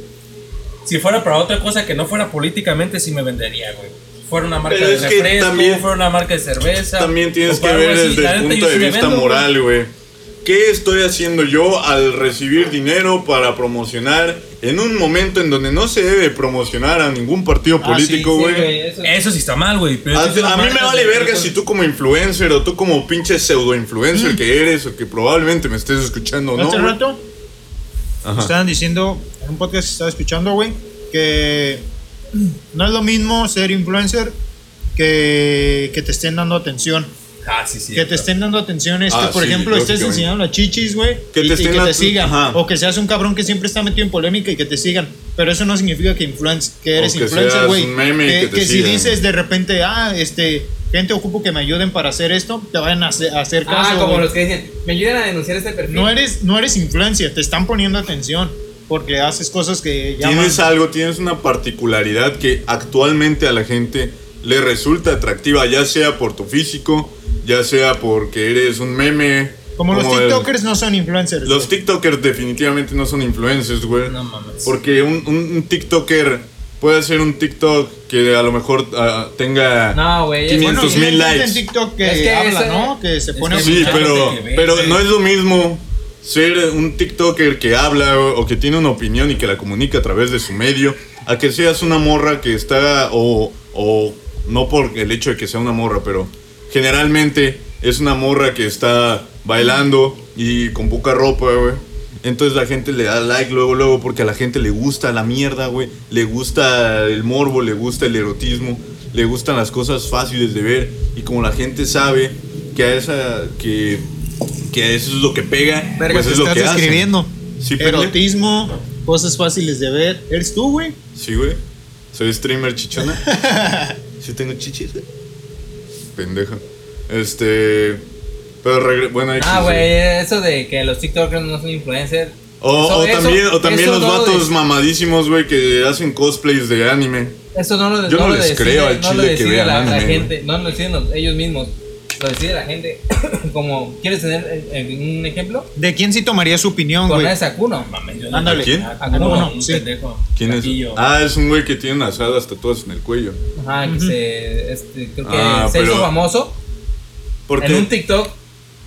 Si fuera para otra cosa que no fuera políticamente, sí me vendería, güey. Fuera una marca Pero de es que refresco, también- fuera una marca de cerveza. también tienes o que para ver algo así. desde La el neta, punto yo de sí me vista vendo, güey. moral, güey. ¿Qué estoy haciendo yo al recibir dinero para promocionar en un momento en donde no se debe promocionar a ningún partido Ah, sí, político, Sí, güey? güey, eso- Eso sí está mal, güey. pero A, es que a mí me marcas vale de- verga si tú como influencer o tú como pinche pseudo influencer que eres o que probablemente me estés escuchando o no. Hace güey. rato estaban diciendo en un podcast que estaba escuchando, güey, que no es lo mismo ser influencer que, que te estén dando atención. Ah, sí, sí. que te estén dando atención es que, Ah, por sí, ejemplo, estés lógicamente. enseñando las chichis, güey, Que y, te y estén que te dando- sigan. ajá. O que seas un cabrón que siempre está metido en polémica y que te sigan. Pero eso no significa que, influen- que eres que influencer, seas güey. un meme y Que, que te que si sigan. dices de repente, ah, este, gente, ocupo que me ayuden para hacer esto, te van a hacer, a hacer caso. Ah, como güey. los que dicen, me ayudan a denunciar este perfil. No eres, no eres influencia, te están poniendo atención porque haces cosas que llaman. Tienes algo, tienes una particularidad que actualmente a la gente le resulta atractiva, ya sea por tu físico, ya sea porque eres un meme. Como los el- TikTokers no son influencers. los güey. TikTokers definitivamente no son influencers, güey. No mames. Porque un, un, un TikToker puede ser un TikTok que a lo mejor ah, tenga No, güey, es- 500 Bueno, sí, hay mil gente likes. en TikTok que, Es que habla, esa- ¿no? Que se pone a Sí, opinar. pero, gente que ve, pero güey. no es lo mismo ser un TikToker que habla o o que tiene una opinión y que la comunica a través de su medio, a que seas una morra que está, o, o no por el hecho de que sea una morra, pero generalmente es una morra que está bailando y con poca ropa, güey. Entonces la gente le da like luego, luego, porque a la gente le gusta la mierda, güey. Le gusta el morbo, le gusta el erotismo, le gustan las cosas fáciles de ver. Y como la gente sabe que a esa, que, que eso es lo que pega, Verga, pues te es lo que estás hacen. escribiendo. Sí, pues, pendejo. Erotismo, cosas fáciles de ver. ¿Eres tú, güey? Sí, güey. Soy streamer (laughs) chichona. sí tengo chichis, güey. Pendeja. Este. Pero regre- bueno, ahí Ah, sí, güey, sí. eso de que los TikTokers no son influencers. O, Eso- o eso- también, o también eso los no lo vatos de- mamadísimos, güey, que hacen cosplays de anime. Eso no lo Yo no lo les decide- creo no al lo chile que decide vean la, la anime, gente, no lo deciden los- ellos mismos, lo decide la gente. (coughs) Como, ¿quieres tener eh, eh, un ejemplo? ¿De quién sí tomaría su opinión, Con güey? ese Akuno. Mames, yo no- Ándale. ¿A quién? Ah, Ah, no, no, no, un sí. pendejo. ¿Quién es? Gatillo. Ah, es un güey que tiene unas hadas tatuadas en el cuello. Ajá, que se, este, creo que Ah, se hizo pero- famoso ¿Por en un qué? TikTok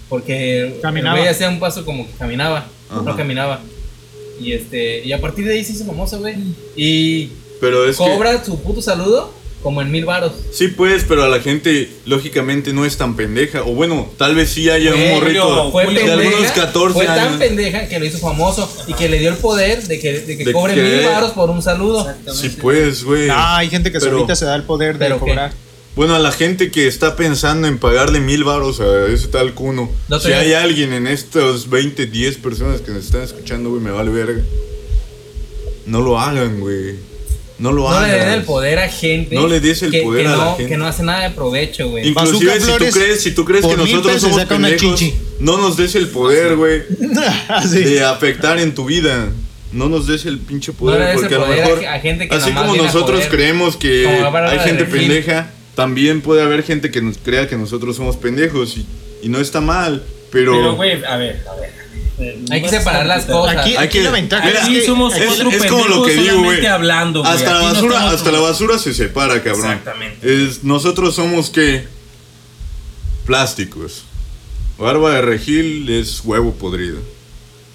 porque Caminaba. el güey hacía un paso como que caminaba, Ajá. no caminaba. Y este, y a partir de ahí se hizo famoso, güey. Y Pero es que. cobra su puto saludo como en mil varos. Sí, pues, pero a la gente, lógicamente, no es tan pendeja. O bueno, tal vez sí haya un Güey, morrito yo- Fue Julio, de pendeja, algunos 14 fue tan años. pendeja que lo hizo famoso y que le dio el poder de que, de que De cobre que- mil varos por un saludo. Sí, pues, güey. Ah, hay gente que Pero- ahorita se da el poder de ¿Pero qué? (laughs) cobrar. Bueno, a la gente que está pensando en pagarle mil varos a ese tal cuno, No si te- hay alguien en estos 20, 10 personas que nos están escuchando, güey, me vale verga. No lo hagan, güey. No lo No hagan. le den el poder a gente. No le des el que, poder que a la no, gente. Que no hace nada de provecho, güey. Inclusive Bazooka si tú Flores, crees, si tú crees que por mil nosotros pesos somos saca una pendejos, chichi. no nos des el poder, güey, (laughs) Así. de afectar en tu vida. No nos des el pinche poder, le des el porque poder a a lo mejor, ge- a gente que así nomás como viene a nosotros joder. creemos que Como la palabra hay de gente Regil. pendeja, también puede haber gente que nos crea que nosotros somos pendejos y, y no está mal, pero... Pero, güey, a ver, a ver. Eh, Hay que no vas a separar las complicar. cosas. Aquí, Hay aquí que- la ventaja Mira, es Aquí que- somos Es, cuatro es como lo pendejos que digo, güey. solamente hablando, güey. hasta la Aquí no basura, estamos- hasta la basura se separa, cabrón. Exactamente. Es- nosotros somos que plásticos. Barba de regil es huevo podrido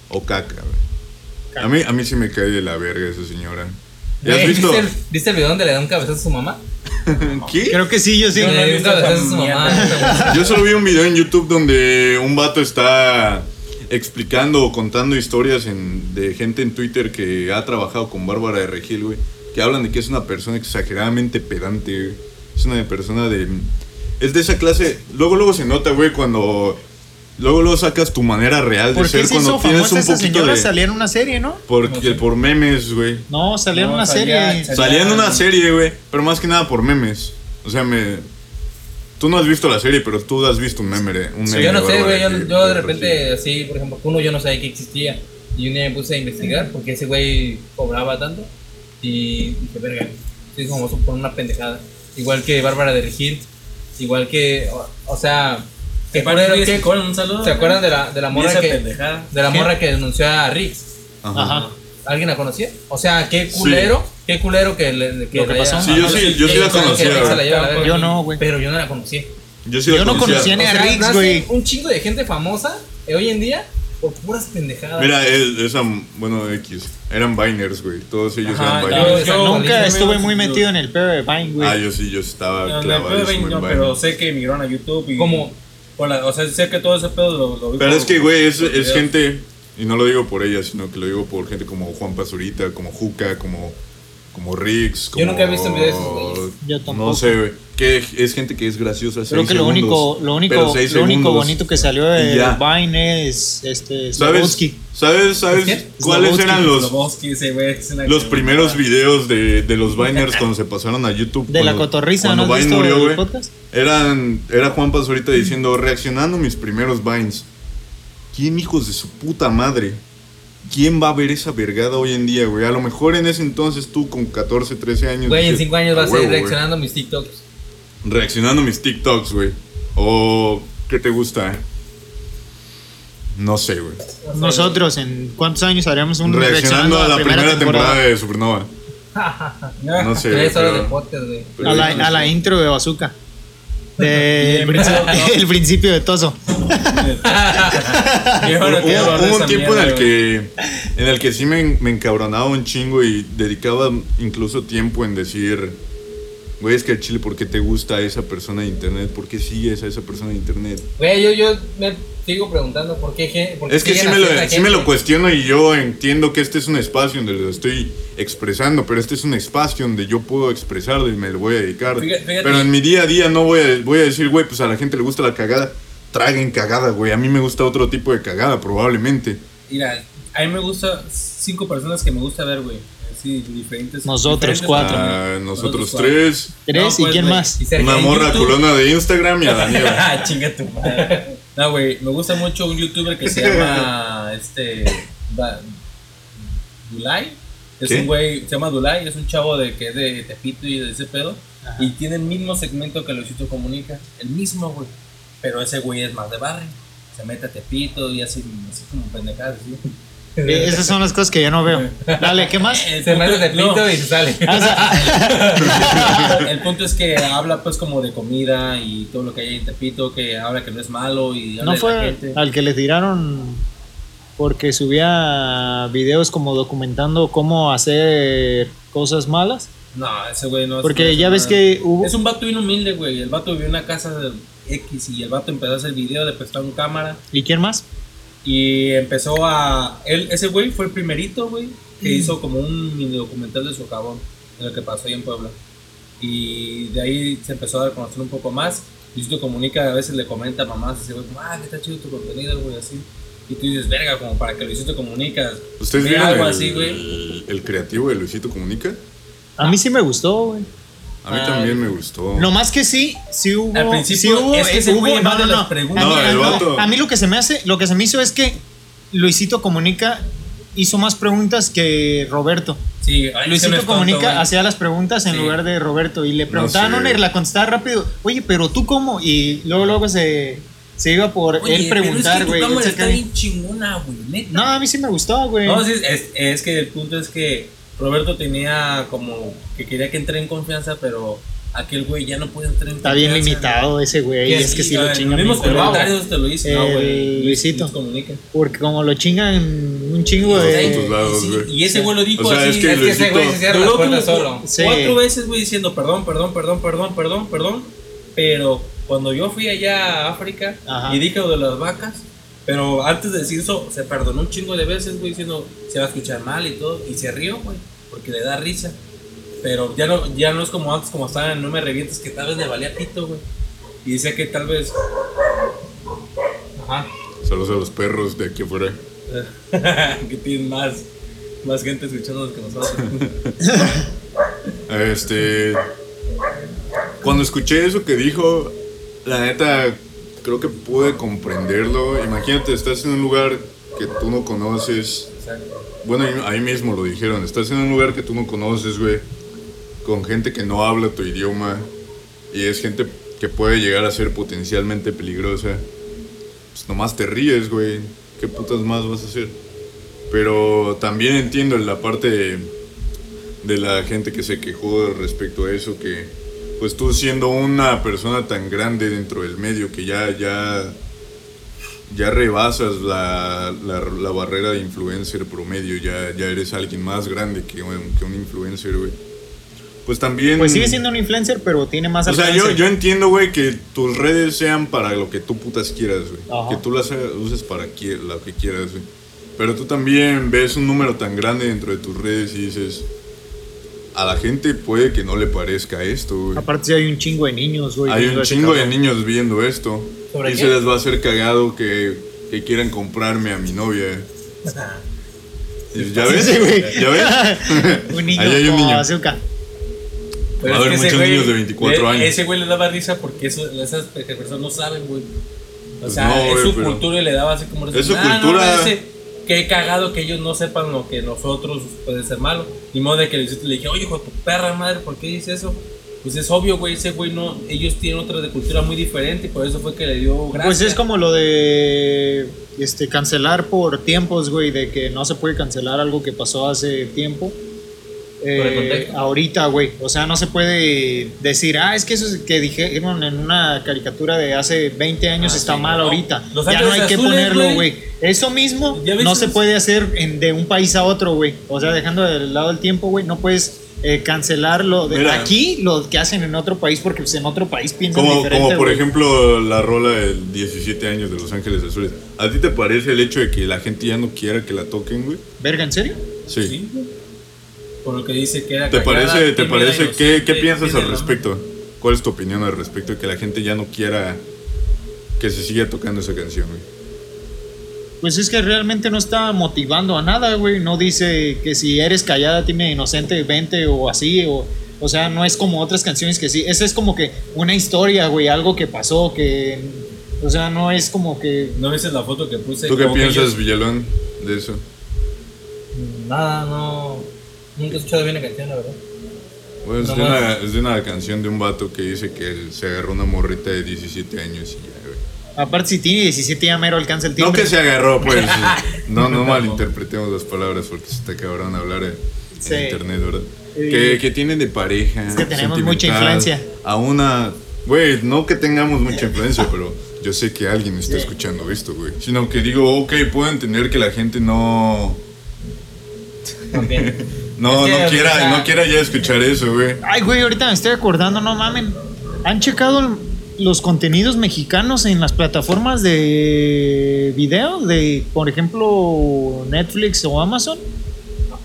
o caca, güey. A mí a mí sí me cae de la verga esa señora. ¿Ya has Güey, visto? ¿Viste el, viste el video donde le da un cabezazo a su mamá? ¿Qué? Creo que sí, yo sí. Le no da he un visto cabezazo a esa su mierda. mamá. Yo solo vi un video en YouTube donde un vato está explicando o contando historias en- de gente en Twitter que ha trabajado con Bárbara de Regil, güey. Que hablan de que es una persona exageradamente pedante, güey. Es una persona de... Es de esa clase... Luego, luego se nota, güey, cuando... Luego, luego sacas tu manera real de ¿Por qué ser se cuando hizo tienes famosa un esa poquito señora? de... Salía en una serie, ¿no? Porque, por memes, güey. No, salía en No, una salía- serie. salía- Salía en una serie, güey. Pero más que nada por memes. O sea, me... Tú no has visto la serie, pero tú has visto un meme. de- Un meme yo no de sé, Bárbara güey. Yo, Regil, yo de Bárbara Regil. repente, así, por ejemplo, uno yo no sabía que existía. Y un día me puse a investigar porque ese güey cobraba tanto. Y dije, verga, soy famoso por una pendejada. Igual que Bárbara de Regil. Igual que, o, o sea, que Que parece fueron- que que- se cobran un saludo. ¿Se acuerdan de la, de la Y morra esa que pendejada. de la ¿Qué? morra que denunció a Riggs? Ajá. Ajá. ¿Alguien la conocía? O sea, qué culero, qué culero que le que Lo que la pasó. haya- Sí, yo sí, yo sí la que- que conocía. Riggs se la güey. lleva a la verga. Yo no, güey. Pero yo no la conocía. Yo sí Yo la no conocía. conocía ni- Tiene O sea, a Riggs, nace güey. Un chingo de gente famosa eh, hoy en día, por puras pendejadas. Mira, es- esa, bueno, X. Eran Biners, güey. Todos ellos Ajá, eran yo- Biners. O sea, Nunca Yo- estuve muy metido en el pedo de Vine, Ah, güey. yo sí, yo estaba No, no, clavado. pero, en Vine. pero sé que migraron a YouTube y. Como- por la- o sea, sé que todo ese pedo lo, lo vi Pero por- es que, güey, es, por es videos. gente, y no lo digo por ella, sino que lo digo por gente como Juan Pazurita, como Juca, como, como Rix. Yo Como, nunca he visto videos de esos güeyes. Yo tampoco. No sé, güey. Que es gente que es graciosa. Creo seis que lo único, segundos, lo pero único, seis lo único segundos. bonito que salió Y de ya. Vine es este ¿Sabes, Slobodsky. ¿Sabes, sabes ¿Qué? cuáles Slobodsky, eran los, Slobodsky, ese güey, es una los que- (laughs) primeros videos de, de los Biners cuando se pasaron a YouTube? De la Cuando- cotorriza, cuando ¿no has Vine visto murió, el güey. podcast? Eran, era Juan Pazurita diciendo, reaccionando a mis primeros Vines. ¿Quién hijos de su puta madre? ¿Quién va a ver esa vergada hoy en día, güey? A lo mejor en ese entonces tú con 14, 13 años... Güey, en dices, 5 años vas a huevo, ir güey". reaccionando a mis TikToks. Reaccionando a mis TikToks, güey. O... ¿Qué te gusta? No sé, güey. Nosotros, ¿en cuántos años haríamos un Reaccionando a la primera, temporada. de Supernova. No sé. Tres horas de pero- podcast, güey. pero- A la, a la intro de (laughs) Bazooka. Bien, De el, principio, ¿no? (laughs) el principio de Tozo. Yo Hubo, ahora quiero hablar de hubo un esa tiempo en mierda, el que en el que sí me, me encabronaba un chingo y dedicaba incluso tiempo en decir, güey, es que al chile, ¿por qué te gusta esa persona de internet? ¿Por qué sigues a esa persona de internet? Güey, yo, yo me sigo preguntando por qué. gen- por qué Es que sí siguen me, a lo, cierta sí me lo gente. cuestiono y yo entiendo que este es un espacio donde lo estoy expresando, pero este es un espacio donde yo puedo expresarlo y me lo voy a dedicar. Fíjate- fíjate. Pero en mi día a día no voy a, voy a decir, güey, pues a la gente le gusta la cagada. Traguen cagada, güey. A mí me gusta otro tipo de cagada, probablemente. Mira, a mí me gusta cinco personas que me gusta ver, güey. Sí, diferentes. Nosotros diferentes- cuatro. Ah, nosotros cuatro. tres. Tres, ¿y pues, quién güey, más? Y cerca Una en morra YouTube, culona de Instagram y a Daniela. (laughs) Ah, chinga tu madre. No, güey, me gusta mucho un youtuber que se llama este Ba- Dulay. Es ¿Qué? un güey, se llama Dulay, es un chavo de que es de Tepito y de ese pedo y tiene el mismo segmento que Luisito comunica, el mismo güey, pero ese güey es más de barrio. Se mete a Tepito y así, así como pendejadas, ¿sí? Eh, Esas son las cosas que yo no veo. Dale, ¿qué más? (laughs) El Se punto- mete de pito no. y se (laughs) sale. (laughs) El punto es que habla pues como de comida y todo lo que hay en Tepito, que habla que no es malo y habla ¿No de la fue gente. al que le tiraron porque subía videos como documentando cómo hacer cosas malas? No, ese güey no. Porque es- ya ves que hubo... Es un vato bien humilde, güey. El vato vivió en una casa de X y el vato empezó a hacer video, le prestaron cámara ¿Y quién más? y empezó a... Él, ese güey fue el primerito, güey, que Mm. hizo como un mini documental de su cabrón, de lo que pasó ahí en Puebla. Y de ahí se empezó a conocer un poco más. Y tú comunica, a veces le comenta a mamás, ese güey, como, ah, que está chido tu contenido, güey, así. Y tú dices, verga, como para que Luisito comunicas. ¿Ustedes Ve vieron algo el, así, el creativo de Luisito Comunica? A mí sí me gustó, güey. A mí Ah, también me gustó. No más que sí, sí hubo. Al principio sí hubo, eh, es que ese hubo- güey no, va no, de las no. preguntas. A mí- No, a, el mí- vato. a mí lo que se me hace, lo que se me hizo es que Luisito Comunica hizo más preguntas que Roberto. Sí, ay, ese no es Luisito tonto, Comunica güey. hacía las preguntas en Sí. lugar de Roberto y le preguntaban sé. una y la contestaba rápido. Oye, pero tú cómo? Y luego luego se, se iba por él preguntar, güey. él se cae. chingona, güey, neta. No, a mí sí me gustaba, güey. No, sí, es, es que el punto es que Roberto tenía como que quería que entré en confianza, pero aquel güey ya no puede entrar en Está confianza. bien limitado ese güey. Y Es que sí lo en los chingan. mismos bien, pero- comentarios te lo dicen, no, El güey. Luisito. Eh, Luis comunica. Pues Porque como lo chingan un chingo Los de. puntos, ¿verdad? Lados, Sí, güey. y ese güey lo dijo O sea, así. es que Es que ese güey se Luisito- cierra Duró las como puertas solo. cu- Sí. Cuatro veces, güey, diciendo perdón, perdón, perdón, perdón, perdón, perdón. Pero cuando yo fui allá a África Ajá. y dije lo de las vacas, pero antes de decir eso, se perdonó un chingo de veces, güey, diciendo se va a escuchar mal y todo. Y se rió, güey, porque le da risa. Pero ya no, ya no es como antes, como estaba en No Me Revientes, que tal vez le valía pito, güey. Y decía que tal vez. (laughs) Ajá. Saludos a los perros de aquí afuera. que tienen más, más gente escuchándonos que nosotros. Este. Cuando escuché eso que dijo, la neta, creo que pude comprenderlo. Imagínate, estás en un lugar que tú no conoces. Exacto. Bueno, ahí- ahí mismo lo dijeron. Estás en un lugar que tú no conoces, güey. Con gente que no habla tu idioma. Y es gente que puede llegar a ser potencialmente peligrosa. Pues nomás te ríes, güey. ¿Qué putas más vas a hacer? Pero también entiendo la parte de, de la gente que se quejó respecto a eso. Que pues tú siendo una persona tan grande dentro del medio que ya, ya ya rebasas la, la- la barrera de influencer promedio, ya, ya eres alguien más grande que un, que un influencer, güey. Pues también... Pues sigue siendo un influencer, pero tiene (laughs) más O sea, yo, alcance. yo entiendo, güey, que tus redes sean para lo que tú putas quieras, güey. Ajá. Que tú las eh, uses para qui- lo que quieras, güey. Pero tú también ves un número tan grande dentro de tus redes y dices, a la gente puede que no le parezca esto, güey. Aparte, si hay un chingo de niños, güey. Hay viendo un ese chingo de cabrón. niños viendo esto. ¿Sobre y qué? se les va a hacer cagado que, que quieran comprarme a (laughs) mi novia. Y ¿Ya ves? Sí, güey. ¿Ya ves? (laughs) Un niño Ahí hay con un niño. azúcar. Va a es haber que ese muchos güey- niños de 24 le- años. Ese güey le daba risa porque eso- esas pe- personas no saben, güey. O Pues sea, no, es güey, su pero- cultura y le daba así como... Es su "Ah, no, cultura". ese, qué cagado que ellos no sepan lo que nosotros puede ser malo. Ni modo de que le, hiciste- le dije, oye, hijo de tu perra madre, ¿por qué dices eso? Pues es obvio, güey, ese güey no... Ellos tienen otra de cultura muy diferente y por eso fue que le dio gracia. Pues es como lo de este cancelar por tiempos, güey, de que no se puede cancelar algo que pasó hace tiempo. Por el Eh, contexto. ahorita, güey. O sea, no se puede decir, ah, es que eso es que dijeron en una caricatura de hace 20 años Ah, está sí, mal no. ahorita. Los ya no Ángeles hay que Azules, ponerlo, güey. güey. Eso mismo Ya ves no esos- se puede hacer en- de un país a otro, güey. O sea, dejando de lado el tiempo, güey, no puedes eh, cancelar lo de Mira. aquí, lo que hacen en otro país, porque pues, en otro país piensan Como, diferente. como por güey. ejemplo la rola del 17 años de Los Ángeles Azules. ¿A ti te parece el hecho de que la gente ya no quiera que la toquen, güey? Verga, ¿en serio? Sí. Sí, güey. Por lo que dice que era ¿Te cagada, parece, te tímida, parece ¿qué, inocente, qué piensas tiene al la- respecto? ¿Cuál es tu opinión al respecto de que la gente ya no quiera que se siga tocando esa canción, güey? Pues es que realmente no está motivando a nada, güey. No dice que si eres callada, tiene inocente, vente o así. O, o sea, no es como otras canciones que sí. Esa es como que una historia, güey. Algo que pasó, que. O sea, no es como que. ¿No viste la foto que puse? ¿Tú qué Como que piensas, ellos- Villalón, de eso? Nada, no. Nunca he escuchado bien la canción, la verdad. Bueno, es, No de más. una, es de una canción de un vato que dice que él se agarró una morrita de 17 años y ya, güey. Aparte, si tiene 17 ya mero alcanza el No tiempo. que se (laughs) agarró, pues. No, no malinterpretemos las palabras porque se está cabrón hablar en Sí. en internet, ¿verdad? Sí. Que, que tienen de pareja. Es que tenemos mucha sentimental, influencia. A una. Güey, no que tengamos mucha influencia, pero yo sé que alguien está escuchando esto, güey. Sino que digo, ok, puedo entender que la gente no. También. (laughs) No, Es que, no o quiera, sea- no quiera ya escuchar eso, güey. Ay, güey, ahorita me estoy acordando, no mamen. ¿Han checado el- los contenidos mexicanos en las plataformas de video? De, por ejemplo, Netflix o Amazon.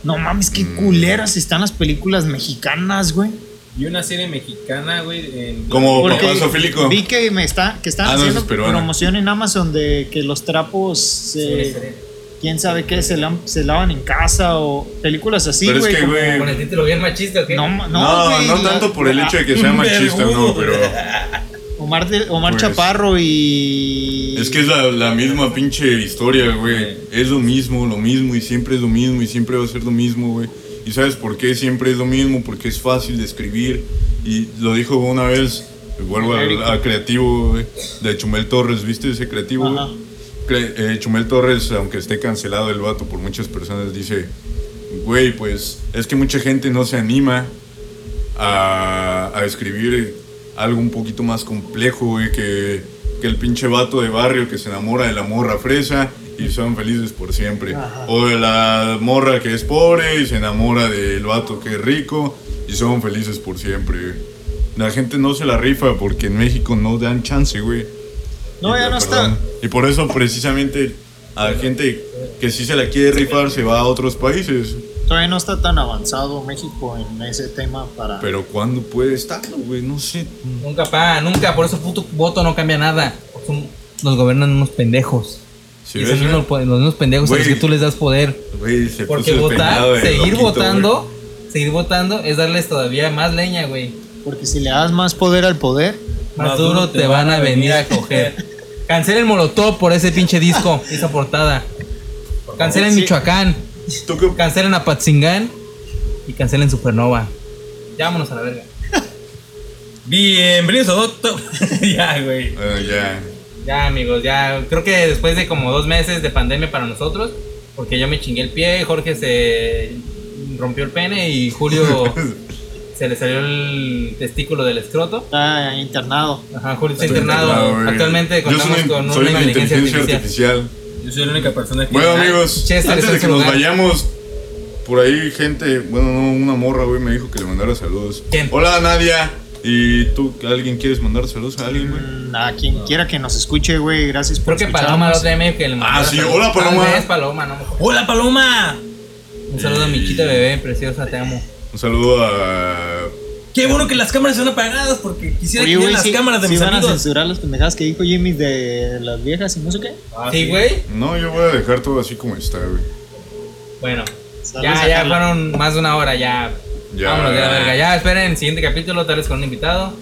No mames, qué Mm. culeras están las películas mexicanas, güey. Y una serie mexicana, güey, en... Como Porque papá sofílico. Vi que me está, que están Ah, no, esa es haciendo peruana. promoción en Amazon de que los trapos se- quién sabe qué, se, lam- se lavan en casa o películas así, Pero es güey. que, como- güey. Con el título bien machista, ¿o qué? No, ma- no, No, güey, no la- tanto por el la- hecho de (laughs) que sea machista, no, pero. Omar, de- Omar Pues, Chaparro y. Es que es la, la misma pinche historia, güey. Es lo mismo, lo mismo, y siempre es lo mismo, y siempre va a ser lo mismo, güey. ¿Y sabes por qué siempre es lo mismo? Porque es fácil de escribir. Y lo dijo una vez, vuelvo Genérico. a, a Creativo, güey, de Chumel Torres, ¿viste ese Creativo? güey? Ajá. Cre- eh, Chumel Torres, aunque esté cancelado el vato por muchas personas, dice, güey, pues es que mucha gente no se anima a, a escribir algo un poquito más complejo, güey, que, que el pinche vato de barrio que se enamora de la morra fresa y son felices por siempre. Ajá. O de la morra que es pobre y se enamora del vato que es rico y son felices por siempre, güey. La gente no se la rifa porque en México no dan chance, güey. No, Y ya no la- perdón. está. Y por eso precisamente a la gente que sí se la quiere rifar se va a otros países. Todavía no está tan avanzado México en ese tema para. Pero ¿cuándo puede estarlo, güey? No sé. Nunca, pa, nunca. Por eso puto voto no cambia nada. Son- Nos gobernan unos pendejos. Si y ves, son güey, unos, po- los mismos pendejos a los Güey. que tú les das poder. güey, se Porque puso el peinado votar, de seguir loquito, votando, seguir votando es darles todavía más leña, güey. Porque si le das más poder al poder. Más, duro, te, van, a venir a coger. (laughs) Cancelen Molotov por ese pinche disco, esa portada. Cancelen Sí. Michoacán, güey. ¿Tú qué- cancelen Apatzingán y cancelen Supernova. Ya vámonos a la verga. Bienvenidos a Doctor. (laughs) ya, güey. Bueno, Ah, ya. Ya, amigos, ya. Creo que después de como dos meses de pandemia para nosotros, (laughs) porque yo me chingué el pie, Jorge se rompió el pene y Julio se le salió el testículo del escroto. Está internado. Ajá, Julio está Estoy internado. internado, güey. Actualmente Yo soy contamos una- con soy una una inteligencia artificial. Yo soy la única persona que. Bueno, Ay, amigos, Chester este antes está de en que su nos lugar. vayamos, por ahí gente, bueno, no, una morra, güey, me dijo que le mandara saludos. ¿Quién? Hola, Nadia. ¿Y tú, alguien quieres mandar saludos a alguien, güey? Mm, A quien quiera que nos escuche, güey, gracias por Creo que Paloma la escucharnos. otra vez me dijo que le mandara sí, saludos. hola, Paloma. Ah, es Paloma, no me acuerdo. ¡Hola, Paloma! Un saludo a mi chita bebé, preciosa, te amo. Un saludo a... Qué bueno que las cámaras están apagadas porque quisiera Oye, que güey, vieran las sí- cámaras de sí mis van a amigos. censurar las pendejadas que dijo Jimmy de las viejas y no sé qué. Ah, ¿Sí, güey? No, yo voy a dejar todo así como está, güey. Bueno, Saludos ya, a ya Carla. fueron más de una hora, ya. Ya. Vámonos, ya, verga. Ya, esperen, el siguiente capítulo, tal vez con un invitado.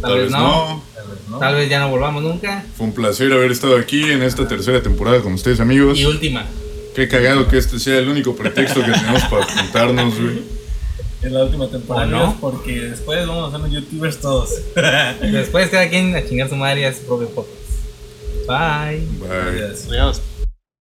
Tal, Tal vez no. Tal vez, ¿no? Tal vez ya no volvamos nunca. Fue un placer haber estado aquí en esta tercera temporada con ustedes, amigos. Y última. Qué cagado que este sea el único pretexto que tenemos para juntarnos, güey. Es la última temporada, ¿O no? amigos, porque después vamos a ser los youtubers todos. Después cada quien a chingar su madre y a su propio podcast. Bye. (laughs) Bye. Gracias. Adiós.